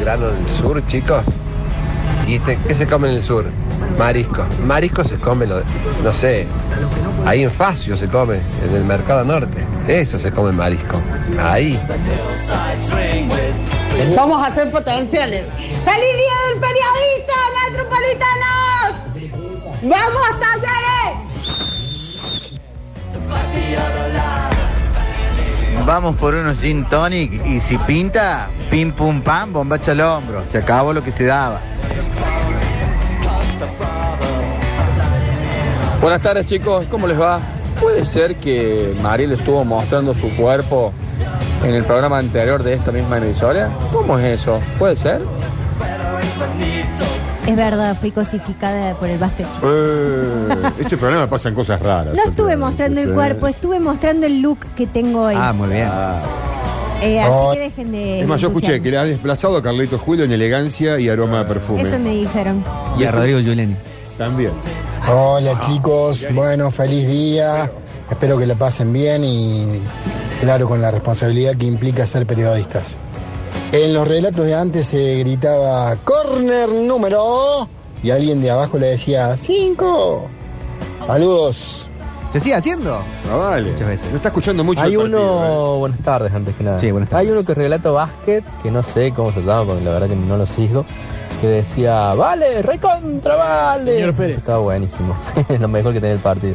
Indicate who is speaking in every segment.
Speaker 1: granos del sur, chicos. ¿Y te- qué se come en el sur? Marisco. Marisco se come, lo- no sé, ahí en Facio se come, en el mercado norte. Eso se come marisco. Ahí.
Speaker 2: Vamos a ser potenciales. ¡Feliz Día del Periodista, metropolitanos! ¡Vamos, talleres!
Speaker 3: Vamos por unos gin tonic y si pinta, pim pum pam, bombacha al hombro. Se acabó lo que se daba.
Speaker 4: Buenas tardes chicos, ¿cómo les va? ¿Puede ser que Mariel estuvo mostrando su cuerpo en el programa anterior de esta misma emisora? ¿Cómo es eso? ¿Puede ser?
Speaker 5: Es verdad, fui cosificada por el básquet chico.
Speaker 6: Eh, este programa pasan cosas raras.
Speaker 5: No estuve mostrando el cuerpo, estuve mostrando el look que tengo hoy.
Speaker 3: Ah, muy bien.
Speaker 5: Eh,
Speaker 6: Oh.
Speaker 5: así que dejen de.
Speaker 6: Es más, yo escuché que le has desplazado a Carlitos Julio en elegancia y aroma a perfume.
Speaker 5: Eso me dijeron.
Speaker 3: Y a Rodrigo Yuleni.
Speaker 6: También.
Speaker 7: Hola chicos, bueno, feliz día. Espero que la pasen bien y claro, con la responsabilidad que implica ser periodistas. En los relatos de antes se gritaba corner número y alguien de abajo le decía 5. Saludos.
Speaker 3: ¿Se sigue haciendo?
Speaker 6: No vale.
Speaker 3: Muchas veces.
Speaker 6: No está escuchando mucho.
Speaker 8: Hay
Speaker 6: el partido,
Speaker 8: uno, buenas tardes antes que nada.
Speaker 3: Sí, buenas tardes.
Speaker 8: Hay uno que relata básquet, que no sé cómo se llama, porque la verdad que no lo sigo, que decía, vale, recontra, vale.
Speaker 9: Señor Pérez.
Speaker 8: Eso estaba buenísimo. lo mejor que tenía el partido.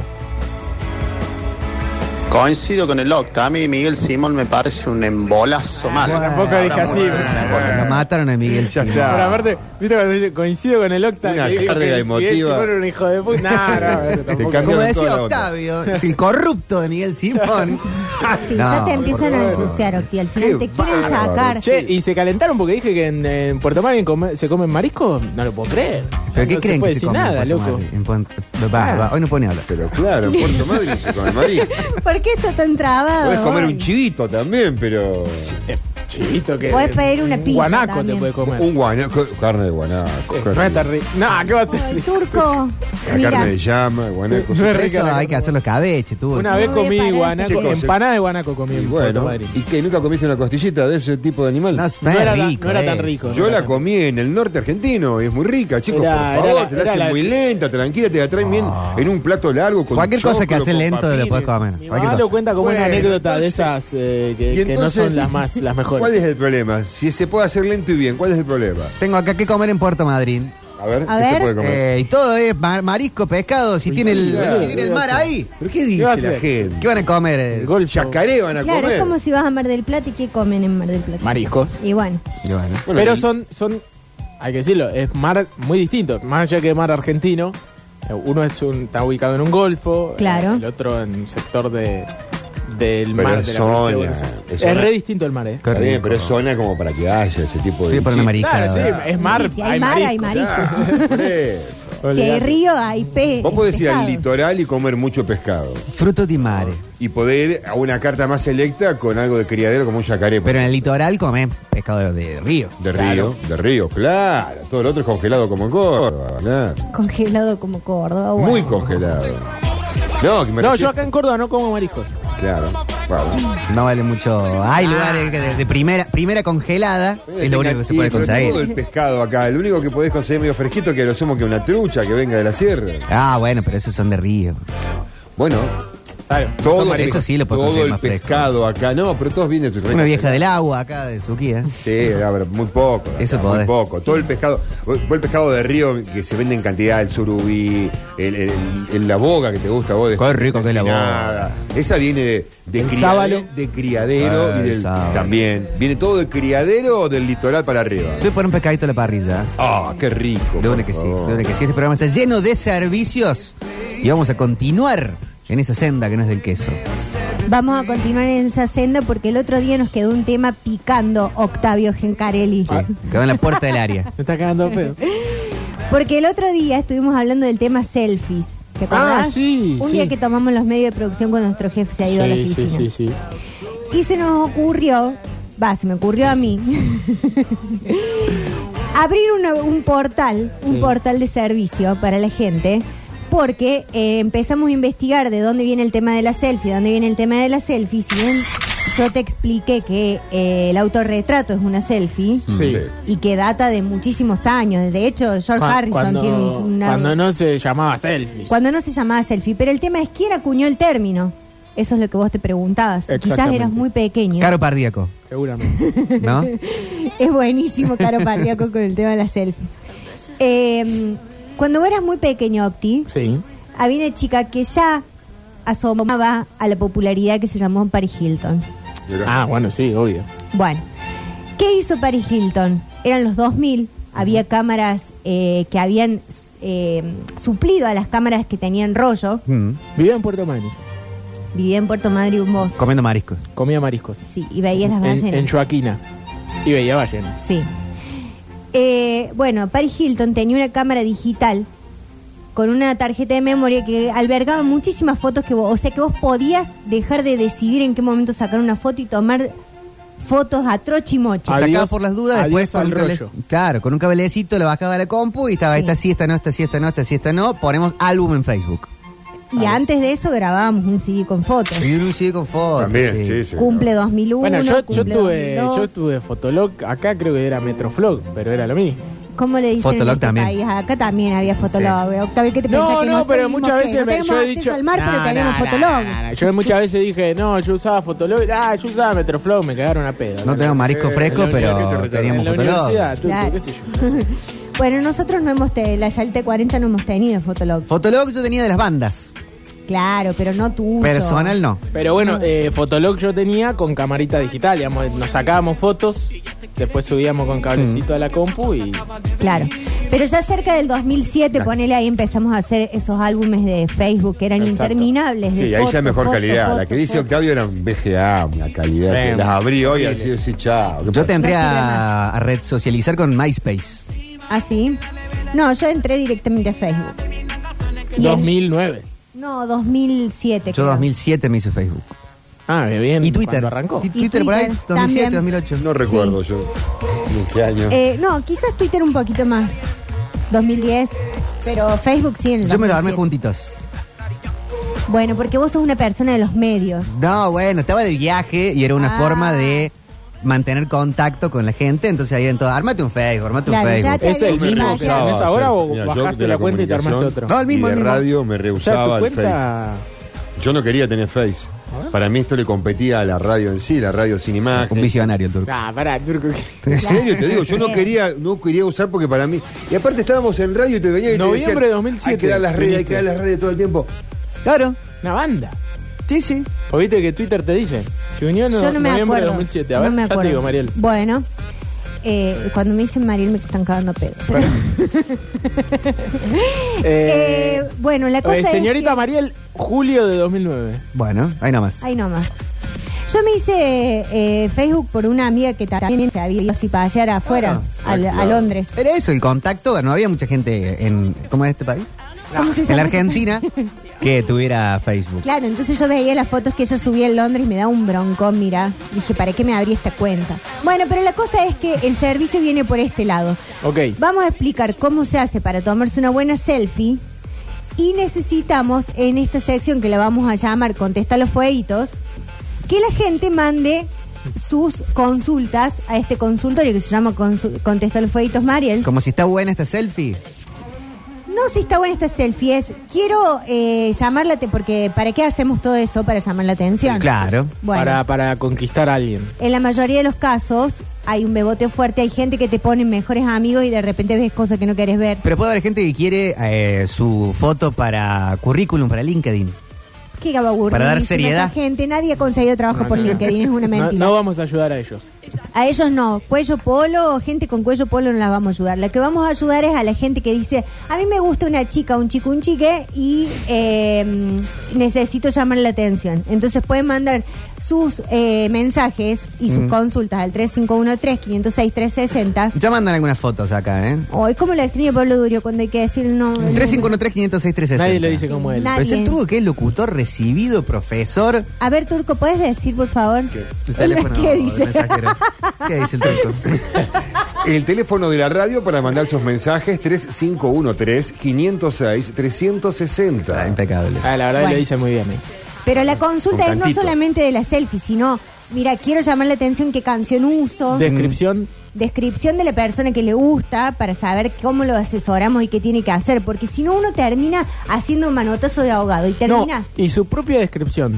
Speaker 10: Coincido con el Octa. A mí Miguel Simón me parece un embolazo mal.
Speaker 9: Ah,
Speaker 3: bueno,
Speaker 10: Se
Speaker 3: tampoco
Speaker 10: habla
Speaker 9: dije
Speaker 10: mucho
Speaker 9: así,
Speaker 10: de
Speaker 9: pero-
Speaker 10: ese embole.
Speaker 3: Lo mataron a Miguel.
Speaker 6: Ya
Speaker 3: Simón.
Speaker 6: está.
Speaker 9: Pero aparte, viste cuando dice, coincido con el Octa.
Speaker 6: Una
Speaker 9: que dijo
Speaker 6: carga
Speaker 9: que
Speaker 6: emotiva.
Speaker 9: Miguel Simón era un hijo de puta. Nah, no, eso tampoco.
Speaker 6: cambia.
Speaker 3: Como
Speaker 6: Cambiaron toda
Speaker 3: decía
Speaker 6: la onda.
Speaker 3: Octavio, es el corrupto de Miguel Simón.
Speaker 5: Ah, Sí,
Speaker 3: No,
Speaker 5: ya te
Speaker 3: por
Speaker 5: empiezan a
Speaker 3: favor.
Speaker 5: ensuciar, Octi. Al final
Speaker 6: Qué
Speaker 5: te quieren
Speaker 6: bárbaro,
Speaker 5: sacar.
Speaker 9: Che, y se calentaron porque dije que en, en Puerto Madryn come- se comen mariscos. No lo puedo creer.
Speaker 3: ¿Pero qué
Speaker 9: no se
Speaker 3: creen
Speaker 9: puede
Speaker 3: que se
Speaker 9: decir
Speaker 3: come? en
Speaker 9: nada,
Speaker 3: Puerto
Speaker 9: loco.
Speaker 3: Madryn? En Puerto- va, va, hoy no pone hablar.
Speaker 6: Pero claro, en Puerto Madrid se come marisco.
Speaker 5: ¿Por qué está tan trabado?
Speaker 6: Podés comer
Speaker 5: Ay.
Speaker 6: un chivito también, pero.
Speaker 9: Eh, Chivito que.
Speaker 5: Podés pedir una
Speaker 9: un
Speaker 5: pizza
Speaker 9: Guanaco
Speaker 5: también.
Speaker 9: te puede comer.
Speaker 6: Un guanaco. Carne de guanaco.
Speaker 9: Eh,
Speaker 6: carne
Speaker 9: no
Speaker 6: de-
Speaker 9: está rico. No, ¿qué va a ser?
Speaker 5: Ay, turco.
Speaker 6: La
Speaker 5: Mira,
Speaker 6: carne de llama, el guanaco.
Speaker 9: No es
Speaker 3: Pero
Speaker 9: rica
Speaker 3: eso
Speaker 9: la
Speaker 3: hay
Speaker 9: carne.
Speaker 3: que hacer los cabeches, tú.
Speaker 9: Una
Speaker 5: No
Speaker 9: vez
Speaker 5: voy a
Speaker 9: comí
Speaker 5: parar.
Speaker 9: guanaco,
Speaker 6: Chicos,
Speaker 9: empanada de guanaco comí
Speaker 6: Y
Speaker 9: en Puerto
Speaker 6: bueno,
Speaker 9: Madryn.
Speaker 6: ¿y que nunca comiste una costillita de ese tipo de animal?
Speaker 3: No,
Speaker 9: No
Speaker 3: es
Speaker 9: era tan-
Speaker 3: rico,
Speaker 9: no era tan
Speaker 3: es.
Speaker 9: rico.
Speaker 6: Yo la comí en el norte argentino y es muy rica, chicos,
Speaker 9: Era-
Speaker 6: por favor,
Speaker 9: era la-
Speaker 6: te la
Speaker 9: era
Speaker 6: hacen
Speaker 9: la- Ah.
Speaker 6: muy lenta, tranquila, te la traen bien en un plato largo con
Speaker 3: Cualquier cosa que
Speaker 6: choclo,
Speaker 3: haces
Speaker 6: con
Speaker 3: lento lo
Speaker 6: papines.
Speaker 3: puedes comer.
Speaker 9: Mi
Speaker 3: Cualquier
Speaker 9: mamá lo
Speaker 3: cosa.
Speaker 9: cuenta como una
Speaker 6: Bueno,
Speaker 9: anécdota de
Speaker 6: entonces-
Speaker 9: esas eh, que,
Speaker 6: Y
Speaker 9: que no son
Speaker 6: entonces,
Speaker 9: las más las mejores.
Speaker 6: ¿Cuál es el problema? Si se puede hacer lento y bien, ¿cuál es el problema?
Speaker 3: Tengo acá que comer en Puerto Madryn.
Speaker 6: A ver,
Speaker 5: A
Speaker 6: ¿qué se
Speaker 5: ver.
Speaker 6: puede comer?
Speaker 3: Eh, y todo es mar- marisco, pescado. Si tiene, el,
Speaker 6: claro.
Speaker 3: si tiene el mar ahí,
Speaker 6: ¿Pero qué
Speaker 9: ¿Qué va a
Speaker 6: dice la
Speaker 9: hacer?
Speaker 6: gente?
Speaker 3: ¿qué van a comer? eh?
Speaker 9: El golfo.
Speaker 6: Yacaré van a
Speaker 5: Claro,
Speaker 6: comer.
Speaker 5: es como si vas a Mar del Plata y qué comen en Mar del Plata.
Speaker 9: Mariscos.
Speaker 5: y bueno,
Speaker 3: Y bueno.
Speaker 6: Bueno,
Speaker 9: Pero
Speaker 6: y-
Speaker 9: son, son, hay que decirlo, es mar muy distinto. Más allá que mar argentino, eh, uno es un, está ubicado en un golfo, eh,
Speaker 5: Claro.
Speaker 9: el otro en un sector de, del
Speaker 6: Pero
Speaker 9: mar
Speaker 6: es
Speaker 9: de la provincia de Buenos
Speaker 6: zona,
Speaker 9: Aires.
Speaker 6: es
Speaker 9: Es,
Speaker 6: zona.
Speaker 9: re distinto el mar, ¿eh?
Speaker 3: Qué
Speaker 6: Está bien,
Speaker 3: rico.
Speaker 6: pero es zona como para que haya ese tipo de...
Speaker 3: Sí, para una
Speaker 6: chicos.
Speaker 3: mariscada.
Speaker 9: Claro, sí, es mar.
Speaker 5: Y si hay mar, hay
Speaker 9: mariscos.
Speaker 5: marisco.
Speaker 6: Ah, por eso.
Speaker 5: Si hay río, hay pez.
Speaker 6: Ah. Vos podés ir al
Speaker 5: pescado.
Speaker 6: litoral y comer mucho pescado.
Speaker 3: Frutos de mare.
Speaker 6: Y poder ir a una carta más selecta con algo de criadero como un yacaré.
Speaker 3: Pero en el litoral comen pescado de río.
Speaker 6: De río, de río, claro. Todo lo otro es congelado como en Córdoba, claro.
Speaker 5: Congelado como Córdoba. bueno.
Speaker 6: Muy congelado. No, que me
Speaker 9: No,
Speaker 6: refiero-
Speaker 9: yo acá en Córdoba no como mariscos.
Speaker 6: Claro. Bueno.
Speaker 3: No vale mucho. Hay lugares que de, de primera primera congelada. Es lo único que se puede
Speaker 6: Ah. Sí, pero Todo
Speaker 3: conseguir.
Speaker 6: el pescado acá, el único que podés conseguir medio fresquito que lo sumo que una trucha que venga de la sierra.
Speaker 3: Ah, bueno, pero esos son de río.
Speaker 6: Bueno,
Speaker 9: Claro.
Speaker 6: todo,
Speaker 3: Eso
Speaker 6: el-
Speaker 3: sí lo puedo
Speaker 6: todo
Speaker 3: conseguir
Speaker 6: el
Speaker 3: más fresco.
Speaker 6: pescado acá, no, pero todos vienen de
Speaker 3: Una vieja del agua acá de Suquía.
Speaker 6: Sí, a ver, muy poco.
Speaker 3: Eso
Speaker 6: acá, muy
Speaker 3: podés.
Speaker 6: poco. Todo el pescado, todo el pescado de río que se vende en cantidad, el surubí, el, el- el- la boga que te gusta a vos. de-
Speaker 3: Qué rico que es la boga.
Speaker 6: Esa viene de, de,
Speaker 9: El
Speaker 6: criade-
Speaker 9: sábalo.
Speaker 6: de criadero
Speaker 3: Ah,
Speaker 6: y
Speaker 3: el
Speaker 6: del,
Speaker 3: sábalo.
Speaker 6: también. Viene todo de criadero o del litoral para arriba.
Speaker 3: Estoy por un pescadito a la parrilla.
Speaker 6: Ah, qué rico.
Speaker 3: De
Speaker 6: por
Speaker 3: una que sí, de
Speaker 6: favor.
Speaker 3: una que sí. Este programa está lleno de servicios. Y vamos a continuar en esa senda que no es del queso.
Speaker 5: Vamos a continuar en esa senda porque el otro día nos quedó un tema picando Octavio Gencarelli.
Speaker 9: Ah.
Speaker 3: Quedó en la puerta del área.
Speaker 9: Me está quedando feo.
Speaker 5: Porque el otro día estuvimos hablando del tema selfies. ¿Te acordás?
Speaker 9: Ah, sí,
Speaker 5: Un
Speaker 9: sí.
Speaker 5: día que tomamos los medios de producción cuando nuestro jefe se ha ido a la
Speaker 9: Sí, sí,
Speaker 5: oficina.
Speaker 9: sí, sí.
Speaker 5: Y se nos ocurrió, va, se me ocurrió a mí, abrir una- un portal, un
Speaker 9: Sí.
Speaker 5: portal de servicio para la gente, porque eh, empezamos a investigar de dónde viene el tema de la selfie, dónde viene el tema de las selfies, si bien Yo te expliqué que eh, el autorretrato es una selfie
Speaker 6: Mm,
Speaker 9: Sí.
Speaker 5: y que data de muchísimos años. De hecho, George
Speaker 9: Cu-
Speaker 5: Harrison
Speaker 9: cuando,
Speaker 5: tiene una...
Speaker 9: cuando no se llamaba selfie.
Speaker 5: cuando no se llamaba selfie. Pero el tema es quién acuñó el término. Eso es lo que vos te preguntabas. Quizás
Speaker 3: Exactamente.
Speaker 5: eras muy pequeño.
Speaker 3: Caro Pardíaco,
Speaker 9: Seguramente.
Speaker 3: ¿no?
Speaker 5: Es buenísimo, Caro Pardiaco, con el tema de la selfie. Eh, cuando eras muy pequeño, Octi,
Speaker 9: Sí.
Speaker 5: había una chica que ya asomaba a la popularidad que se llamó Paris Hilton.
Speaker 9: Ah, bueno, sí, obvio.
Speaker 5: Bueno, ¿qué hizo Paris Hilton? Eran los 2000, había cámaras eh, que habían eh, suplido a las cámaras que tenían rollo.
Speaker 3: Mm.
Speaker 9: Vivía en Puerto Madryn.
Speaker 5: Vivía en Puerto Madrid un bosque,
Speaker 3: Comiendo mariscos.
Speaker 9: Comía mariscos.
Speaker 5: sí, y veía las ballenas.
Speaker 9: En, en Joaquina. Y veía ballenas.
Speaker 5: Sí. Eh, bueno, Paris Hilton tenía una cámara digital con una tarjeta de memoria que albergaba muchísimas fotos que vos, o sea que vos podías dejar de decidir en qué momento sacar una foto y tomar fotos a troche y moche.
Speaker 9: Adiós.
Speaker 3: Sacaba por las dudas, después
Speaker 9: Adiós
Speaker 3: con
Speaker 9: al
Speaker 3: un cable-
Speaker 9: rollo.
Speaker 3: Claro, con un cabelecito la bajaba a la compu y estaba esta sí, esta no, esta sí, esta no, esta sí, esta no. Ponemos álbum en Facebook.
Speaker 5: Y
Speaker 3: ah.
Speaker 5: antes de eso grabábamos un CD con fotos.
Speaker 3: Y uno sigue con fotos.
Speaker 6: También, sí, sí.
Speaker 5: Cumple 2001,
Speaker 9: Bueno, yo, yo
Speaker 5: cumple
Speaker 9: tuve,
Speaker 5: 2002.
Speaker 9: yo tuve Fotolog, acá creo que era Metroflog, pero era lo mismo.
Speaker 5: ¿Cómo le dicen en
Speaker 3: Fotolog
Speaker 5: este
Speaker 3: también.
Speaker 5: país? Acá también había Fotolog. Octavio, ¿qué te pensás
Speaker 9: No,
Speaker 5: que
Speaker 9: no,
Speaker 5: nosotros
Speaker 9: pero
Speaker 5: mismos
Speaker 9: muchas
Speaker 5: que
Speaker 9: veces
Speaker 5: no
Speaker 9: me-
Speaker 5: tenemos
Speaker 9: yo he
Speaker 5: acceso
Speaker 9: dicho.
Speaker 5: al mar, pero
Speaker 9: No,
Speaker 5: tenemos
Speaker 9: no,
Speaker 5: Fotolog.
Speaker 9: no, no. Yo muchas veces dije, no, yo usaba Fotolog, ah, yo usaba Metroflog, me cagaron a pedo.
Speaker 3: No tenemos marisco fresco, pero teníamos
Speaker 9: Eh, En la
Speaker 3: fotolog.
Speaker 9: universidad, tú,
Speaker 5: Claro.
Speaker 9: qué sé yo. no sé.
Speaker 5: Bueno, nosotros no hemos tenido, la Salte 40 no hemos tenido Fotolog.
Speaker 3: Fotolog yo tenía de las bandas.
Speaker 5: Claro, pero no tuyo.
Speaker 3: Personal no.
Speaker 9: Pero bueno, eh, Fotolog yo tenía con camarita digital, digamos, nos sacábamos fotos, después subíamos con
Speaker 3: Mm.
Speaker 9: cablecito a la compu y...
Speaker 5: Claro. Pero ya cerca del 2007, ponele ahí, empezamos a hacer esos álbumes de Facebook que eran
Speaker 9: Exacto.
Speaker 5: interminables. de
Speaker 6: Sí, ahí ya
Speaker 5: foto,
Speaker 6: es mejor
Speaker 5: foto,
Speaker 6: calidad.
Speaker 5: foto,
Speaker 6: la que dice
Speaker 5: foto.
Speaker 6: Octavio era un BGA, una calidad. que
Speaker 9: Bien.
Speaker 6: las abrí hoy y así, así, chao. ¿Qué
Speaker 3: Yo te
Speaker 6: pasa?
Speaker 3: entré
Speaker 5: No sirve
Speaker 3: a, a red socializar con MySpace.
Speaker 5: ¿Ah, sí? No, yo entré directamente a Facebook. Y el-
Speaker 9: 2009.
Speaker 5: No, 2007.
Speaker 3: Yo
Speaker 5: creo.
Speaker 3: 2007 me hice Facebook.
Speaker 9: Ah, bien.
Speaker 3: Y Twitter.
Speaker 9: cuando arrancó?
Speaker 3: Y Twitter por ahí,
Speaker 5: Twitter
Speaker 3: 2007,
Speaker 5: también.
Speaker 3: 2008.
Speaker 6: No recuerdo yo. ¿En qué año?
Speaker 5: Eh, no, quizás Twitter un poquito más. 2010. Pero Facebook sí en el
Speaker 3: Yo me lo armé
Speaker 5: 2007.
Speaker 3: juntitos.
Speaker 5: Bueno, porque vos sos una persona de los medios.
Speaker 3: No, bueno, estaba de viaje y era una
Speaker 5: Ah.
Speaker 3: forma de mantener contacto con la gente. Entonces ahí en todo, armate un Facebook, armate
Speaker 5: Claro,
Speaker 3: un
Speaker 5: ya
Speaker 3: Facebook.
Speaker 5: te-
Speaker 9: ¿Es el
Speaker 5: Yo me
Speaker 9: mismo que
Speaker 5: rehusaba
Speaker 9: tenés
Speaker 6: a
Speaker 9: ahora
Speaker 6: hacer-
Speaker 9: o
Speaker 6: Mira, yo
Speaker 9: bajaste
Speaker 6: de
Speaker 9: la
Speaker 6: la
Speaker 9: cuenta y te armaste
Speaker 6: comunicación-
Speaker 9: otro?
Speaker 3: No, el mismo,
Speaker 6: y
Speaker 3: el
Speaker 6: de
Speaker 3: mismo.
Speaker 6: radio me
Speaker 9: O sea,
Speaker 6: rehusaba
Speaker 9: tu
Speaker 6: el Face.
Speaker 9: cuenta...
Speaker 6: Yo no quería tener Face. Para mí esto le competía a la radio en sí, la radio sin
Speaker 3: Un
Speaker 6: imagen.
Speaker 3: visionario el turco.
Speaker 9: Ah, pará, turco.
Speaker 6: En serio, te digo, yo no quería, no quería usar porque para mí. Y aparte estábamos en radio y te venía y te
Speaker 9: Noviembre
Speaker 6: decían,
Speaker 9: de 2007
Speaker 6: Hay que dar las redes, hay que dar
Speaker 9: viniste.
Speaker 6: las redes todo el tiempo.
Speaker 3: Claro.
Speaker 9: Una banda.
Speaker 3: Sí, sí.
Speaker 9: ¿O viste que Twitter te dice? Se unió en
Speaker 5: Yo no me
Speaker 9: noviembre
Speaker 5: acuerdo.
Speaker 9: de 2007. A ver,
Speaker 5: no me
Speaker 9: ya
Speaker 5: acuerdo.
Speaker 9: te digo, Mariel.
Speaker 5: Bueno, eh, cuando me dicen Mariel me están cagando pedo. Eh, bueno, la cosa
Speaker 9: eh,
Speaker 5: es
Speaker 9: señorita
Speaker 5: que-
Speaker 9: Mariel, julio de 2009.
Speaker 3: Bueno, ahí nomás.
Speaker 5: Ahí nomás. Yo me hice eh, Facebook por una amiga que también se había ido así para allá afuera,
Speaker 9: Ah,
Speaker 5: al- a Londres.
Speaker 3: Era eso, el contacto. No había mucha gente en. ¿Cómo es este país?
Speaker 5: ¿Cómo se
Speaker 3: En la
Speaker 5: llama?
Speaker 3: Argentina que tuviera Facebook.
Speaker 5: Claro, entonces yo veía las fotos que ella subía en Londres y me da un bronco, mira. Dije, ¿para qué me abrí esta cuenta? Bueno, pero la cosa es que el servicio viene por este lado.
Speaker 9: Ok.
Speaker 5: Vamos a explicar cómo se hace para tomarse una buena selfie y necesitamos en esta sección que la vamos a llamar Contesta los Fueguitos, que la gente mande sus consultas a este consultorio que se llama Consu- Contesta los Fueguitos Mariel.
Speaker 3: Como si está buena esta selfie.
Speaker 5: No si está buena esta selfie, es quiero eh, llamarla, te- porque ¿para qué hacemos todo eso? Para llamar la atención.
Speaker 3: Claro.
Speaker 5: Bueno,
Speaker 9: Para, para conquistar a alguien.
Speaker 5: en la mayoría de los casos hay un beboteo fuerte, hay gente que te pone mejores amigos y de repente ves cosas que no querés ver.
Speaker 3: Pero puede haber gente que quiere eh, su foto para currículum, para LinkedIn.
Speaker 5: Qué aburridísima
Speaker 3: Para dar
Speaker 5: esa
Speaker 3: seriedad.
Speaker 5: gente, nadie ha conseguido trabajo
Speaker 9: No,
Speaker 5: por
Speaker 9: no, no.
Speaker 5: LinkedIn, es una
Speaker 9: No,
Speaker 5: mentira.
Speaker 9: no vamos a ayudar a ellos.
Speaker 5: A ellos no, cuello polo, gente con cuello polo no las vamos a ayudar. La que vamos a ayudar es a la gente que dice, a mí me gusta una chica, un chico, un chique y eh, necesito llamar la atención. Entonces pueden mandar sus eh, mensajes y
Speaker 9: Mm.
Speaker 5: sus consultas al 351-3506-360.
Speaker 3: Ya mandan algunas fotos acá, ¿eh?
Speaker 5: Hoy Oh, como la extraño Pablo Durio cuando hay que decir el nombre.
Speaker 3: 351-3506360.
Speaker 9: Nadie le dice cómo él.
Speaker 5: Nadie.
Speaker 3: Pero es el truco que es locutor recibido, profesor.
Speaker 5: A ver, Turco, ¿puedes decir, por favor?
Speaker 3: El teléfono.
Speaker 5: ¿Qué dice?
Speaker 3: mensajero. ¿Qué dice el truco?
Speaker 6: El teléfono de la radio para mandar sus mensajes 3513-506-360.
Speaker 3: Impecable.
Speaker 9: Ah, la verdad
Speaker 5: Bueno.
Speaker 9: lo dice muy bien. eh.
Speaker 5: Pero la
Speaker 6: Con
Speaker 5: consulta es no
Speaker 6: tantito.
Speaker 5: solamente de la selfie, sino mira, quiero llamar la atención qué canción uso.
Speaker 9: Descripción.
Speaker 5: Descripción de la persona que le gusta para saber cómo lo asesoramos y qué tiene que hacer. Porque si no, uno termina haciendo un manotazo de ahogado y termina.
Speaker 9: No, y su propia descripción.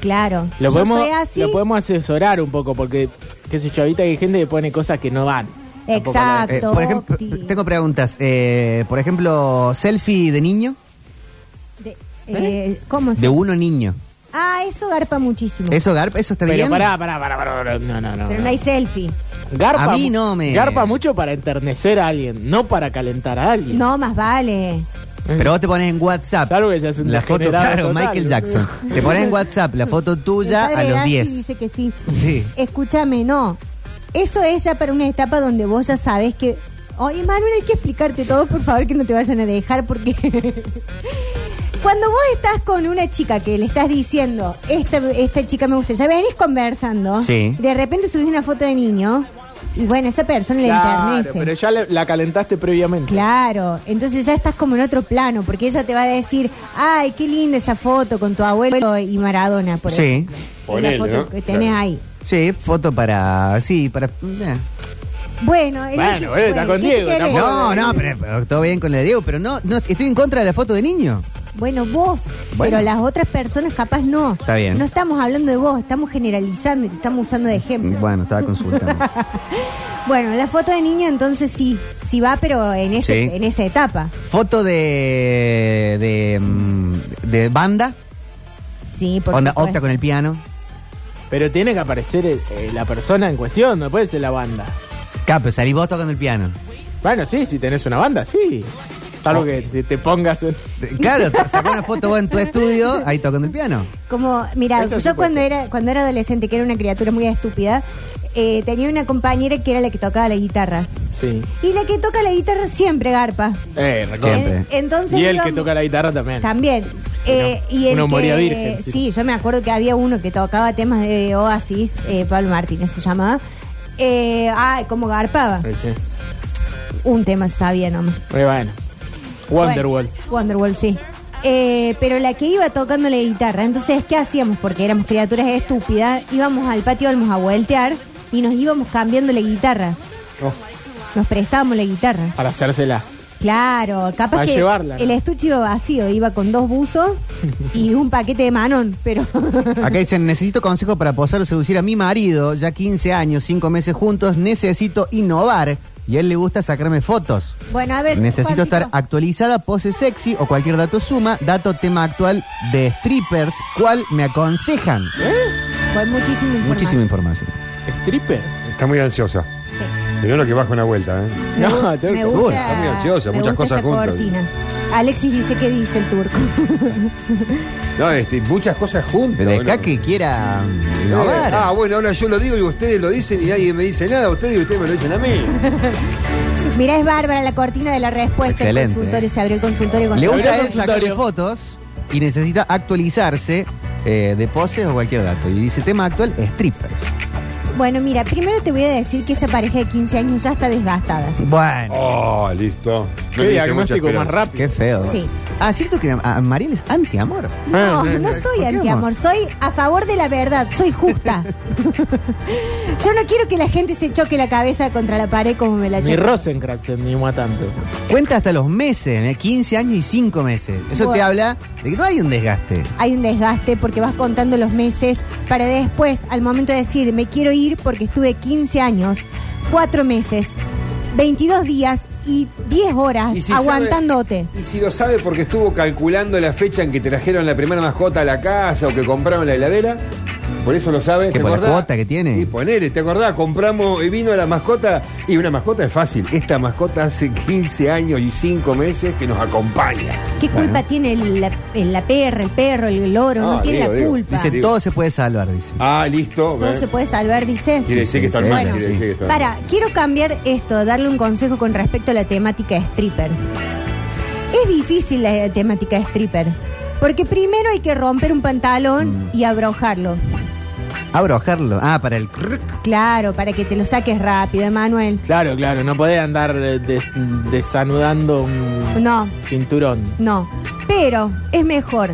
Speaker 5: Claro.
Speaker 9: Lo
Speaker 5: Yo
Speaker 9: podemos,
Speaker 5: soy así.
Speaker 9: lo podemos asesorar un poco, porque, qué sé yo, ahorita hay gente que pone cosas que no van. Tampoco la-
Speaker 3: Eh, por ejemplo, tengo preguntas. Eh, por ejemplo, selfie de niño,
Speaker 5: Eh, ¿Cómo se
Speaker 3: de uno niño.
Speaker 5: Ah, eso garpa muchísimo.
Speaker 3: Eso garpa, eso está
Speaker 9: Pero
Speaker 3: bien.
Speaker 9: pará, pará, pará, pará, pará, No, no, no.
Speaker 5: Pero no hay selfie.
Speaker 9: Garpa,
Speaker 3: A mí
Speaker 9: mu-
Speaker 3: no me-
Speaker 9: garpa mucho para enternecer a alguien, no para calentar a alguien.
Speaker 5: No, más vale.
Speaker 3: Pero vos te pones en WhatsApp.
Speaker 9: Claro que seas un
Speaker 3: La foto,
Speaker 9: degenerado
Speaker 3: claro,
Speaker 9: total.
Speaker 3: Michael Jackson. Te pones en WhatsApp la foto tuya
Speaker 5: Mi
Speaker 3: a
Speaker 5: padre
Speaker 3: los
Speaker 5: Gassi
Speaker 3: 10.
Speaker 5: dice que sí.
Speaker 3: Sí.
Speaker 5: Escúchame, no. Eso es ya para una etapa donde vos ya sabes que. Oye, Manuel, hay que explicarte todo, por favor, que no te vayan a dejar, porque. Cuando vos estás con una chica que le estás diciendo, esta, esta chica me gusta, ya venís conversando.
Speaker 9: Sí.
Speaker 5: De repente subís una foto de niño. Y bueno, esa persona le
Speaker 9: Claro,
Speaker 5: enternece.
Speaker 9: pero ya le- la calentaste previamente.
Speaker 5: Claro, entonces ya estás como en otro plano, porque ella te va a decir, ay, qué linda esa foto con tu abuelo y Maradona, por
Speaker 3: Sí.
Speaker 5: ejemplo.
Speaker 3: Ponele,
Speaker 5: la foto
Speaker 3: ¿no?
Speaker 5: que tenés
Speaker 3: Claro.
Speaker 5: ahí.
Speaker 3: Sí, foto para. Sí, para. eh.
Speaker 5: Bueno, el último- ¿qué querés?
Speaker 3: No, no, pero, pero todo bien con la de Diego, pero no, no, estoy en contra de la foto de niño.
Speaker 5: Bueno, vos,
Speaker 3: Bueno.
Speaker 5: pero las otras personas capaz no.
Speaker 3: Está bien.
Speaker 5: No estamos hablando de vos, estamos generalizando y te estamos usando de ejemplo.
Speaker 3: Bueno, estaba consultando.
Speaker 5: Bueno, la foto de niño entonces sí, sí va, pero en, ese,
Speaker 3: Sí.
Speaker 5: en esa etapa.
Speaker 3: foto de. de. mm, de banda.
Speaker 5: Sí, por
Speaker 3: Onda
Speaker 5: supuesto.
Speaker 3: octa con el piano.
Speaker 9: Pero tiene que aparecer el- eh, la persona en cuestión, no puede ser la banda.
Speaker 3: Capo, salí vos tocando el piano.
Speaker 9: Bueno, sí, si tenés una banda, sí. Salvo que te, te pongas en...
Speaker 3: Claro, te sacás una foto vos en tu estudio, ahí tocando el piano.
Speaker 5: Como, mira,
Speaker 3: Eso sí
Speaker 5: yo cuando era, cuando era adolescente, que era una criatura muy estúpida, eh, tenía una compañera que era la que tocaba la guitarra.
Speaker 9: Sí.
Speaker 5: Y la que toca la guitarra siempre garpa.
Speaker 9: Eh,
Speaker 5: Siempre. Entonces,
Speaker 9: y el
Speaker 5: digamos-
Speaker 9: que toca la guitarra también.
Speaker 5: También. Eh, y el
Speaker 9: una moría
Speaker 5: que-
Speaker 9: virgen, sí.
Speaker 5: Sí. yo me acuerdo que había uno que tocaba temas de Oasis, eh, Pablo Martínez se llamaba. Eh, ay, cómo garpaba.
Speaker 9: Eh, sí.
Speaker 5: Un tema sabía nomás.
Speaker 9: Eh, bueno. Wonderwall.
Speaker 5: Wonderwall, sí. Eh, pero la que iba tocando la guitarra, entonces, ¿qué hacíamos? Porque éramos criaturas estúpidas, íbamos al patio Olmos a voltear y nos íbamos cambiando la guitarra.
Speaker 9: Oh,
Speaker 5: Nos prestábamos la guitarra.
Speaker 9: para hacérsela.
Speaker 5: Claro, capaz
Speaker 9: A
Speaker 5: que
Speaker 9: llevarla, ¿no?
Speaker 5: el estuche iba vacío, iba con dos buzos y un paquete de manón, pero...
Speaker 3: Acá dicen, necesito consejos para posar o seducir a mi marido, ya 15 años, 5 meses juntos, necesito innovar. Y a él le gusta sacarme fotos.
Speaker 5: Bueno, a ver...
Speaker 3: necesito
Speaker 5: Juancito.
Speaker 3: estar actualizada, pose sexy o cualquier dato suma, dato tema actual de strippers, ¿cuál me aconsejan?
Speaker 5: Fue muchísimo
Speaker 3: Muchísima información.
Speaker 9: ¿Stripper?
Speaker 6: Está muy ansiosa. Primero que bajo una vuelta, ¿eh?
Speaker 5: Me gu- me gusta-
Speaker 6: Uy, está muy ansiosa,
Speaker 5: me
Speaker 6: muchas
Speaker 5: gusta
Speaker 6: cosas
Speaker 5: esta
Speaker 6: juntas.
Speaker 5: cortina. Alexis dice que dice el turco.
Speaker 6: No, este, muchas cosas juntas.
Speaker 3: Pero
Speaker 6: bueno.
Speaker 3: deja que quiera mm, innovar.
Speaker 6: Ah, bueno, ahora yo lo digo y ustedes lo dicen y nadie me dice nada. Ustedes y ustedes me lo dicen a mí.
Speaker 5: Mirá, es bárbara la cortina de la respuesta.
Speaker 3: Excelente. eh.
Speaker 5: El consultorio, se abrió el consultorio. con
Speaker 3: Le
Speaker 5: todo.
Speaker 3: gusta a él sacarle fotos y necesita actualizarse eh, de poses o cualquier dato. Y dice, tema actual, strippers.
Speaker 5: Bueno, mira, primero te voy a decir que esa pareja de 15 años ya está desgastada.
Speaker 3: Bueno.
Speaker 6: Oh, listo.
Speaker 9: Ah, Qué diagnóstico más rápido.
Speaker 3: Qué feo.
Speaker 5: Sí.
Speaker 3: Ah, cierto que a Mariel es antiamor.
Speaker 9: Ah,
Speaker 5: No, no soy antiamor, soy a favor de la verdad, soy justa. Yo no quiero que la gente se choque la cabeza contra la pared como me la
Speaker 9: Ni
Speaker 5: choca.
Speaker 9: Rosencrantz se anima tanto.
Speaker 3: Cuenta hasta los meses, ¿eh? 15 años y 5 meses. Eso te
Speaker 5: Bueno.
Speaker 3: habla de que no hay un desgaste.
Speaker 5: Hay un desgaste porque vas contando los meses para después, al momento de decir, me quiero ir porque estuve 15 años, 4 meses, 22 días y 10 horas
Speaker 6: Y si
Speaker 5: aguantándote.
Speaker 6: Y si lo sabe porque estuvo calculando la fecha en que trajeron la primera mascota a la casa o que compraron la heladera, por eso lo sabe.
Speaker 3: Que
Speaker 6: ¿te
Speaker 3: por la
Speaker 6: acordás?
Speaker 3: cuota que tiene.
Speaker 6: Y ponele, ¿te acordás? Compramos y vino la mascota. Y una mascota es fácil. Esta mascota hace 15 años y 5 meses que nos acompaña.
Speaker 5: ¿Qué culpa tiene el- la, el- la perra, el perro, el loro? no
Speaker 6: Ah,
Speaker 5: tiene
Speaker 6: digo,
Speaker 5: la
Speaker 6: digo.
Speaker 5: culpa.
Speaker 3: Dice, todo se puede salvar, dice.
Speaker 6: Ah, listo.
Speaker 5: Todo
Speaker 6: ¿eh?
Speaker 5: se puede salvar, dice.
Speaker 6: Quiere decir que está hermana,
Speaker 3: Bueno,
Speaker 6: quiere decir que está
Speaker 5: Para, quiero cambiar esto, darle un consejo con respecto a la temática stripper. Es difícil la temática stripper, porque primero hay que romper un
Speaker 6: Mm.
Speaker 5: pantalón y abrojarlo.
Speaker 3: Abrojarlo. Ah, para el... crrrc.
Speaker 5: Claro, para que te lo saques rápido, Emanuel.
Speaker 9: Claro, claro, no podés andar eh, des- desanudando un
Speaker 5: No,
Speaker 9: cinturón.
Speaker 5: no. Pero es mejor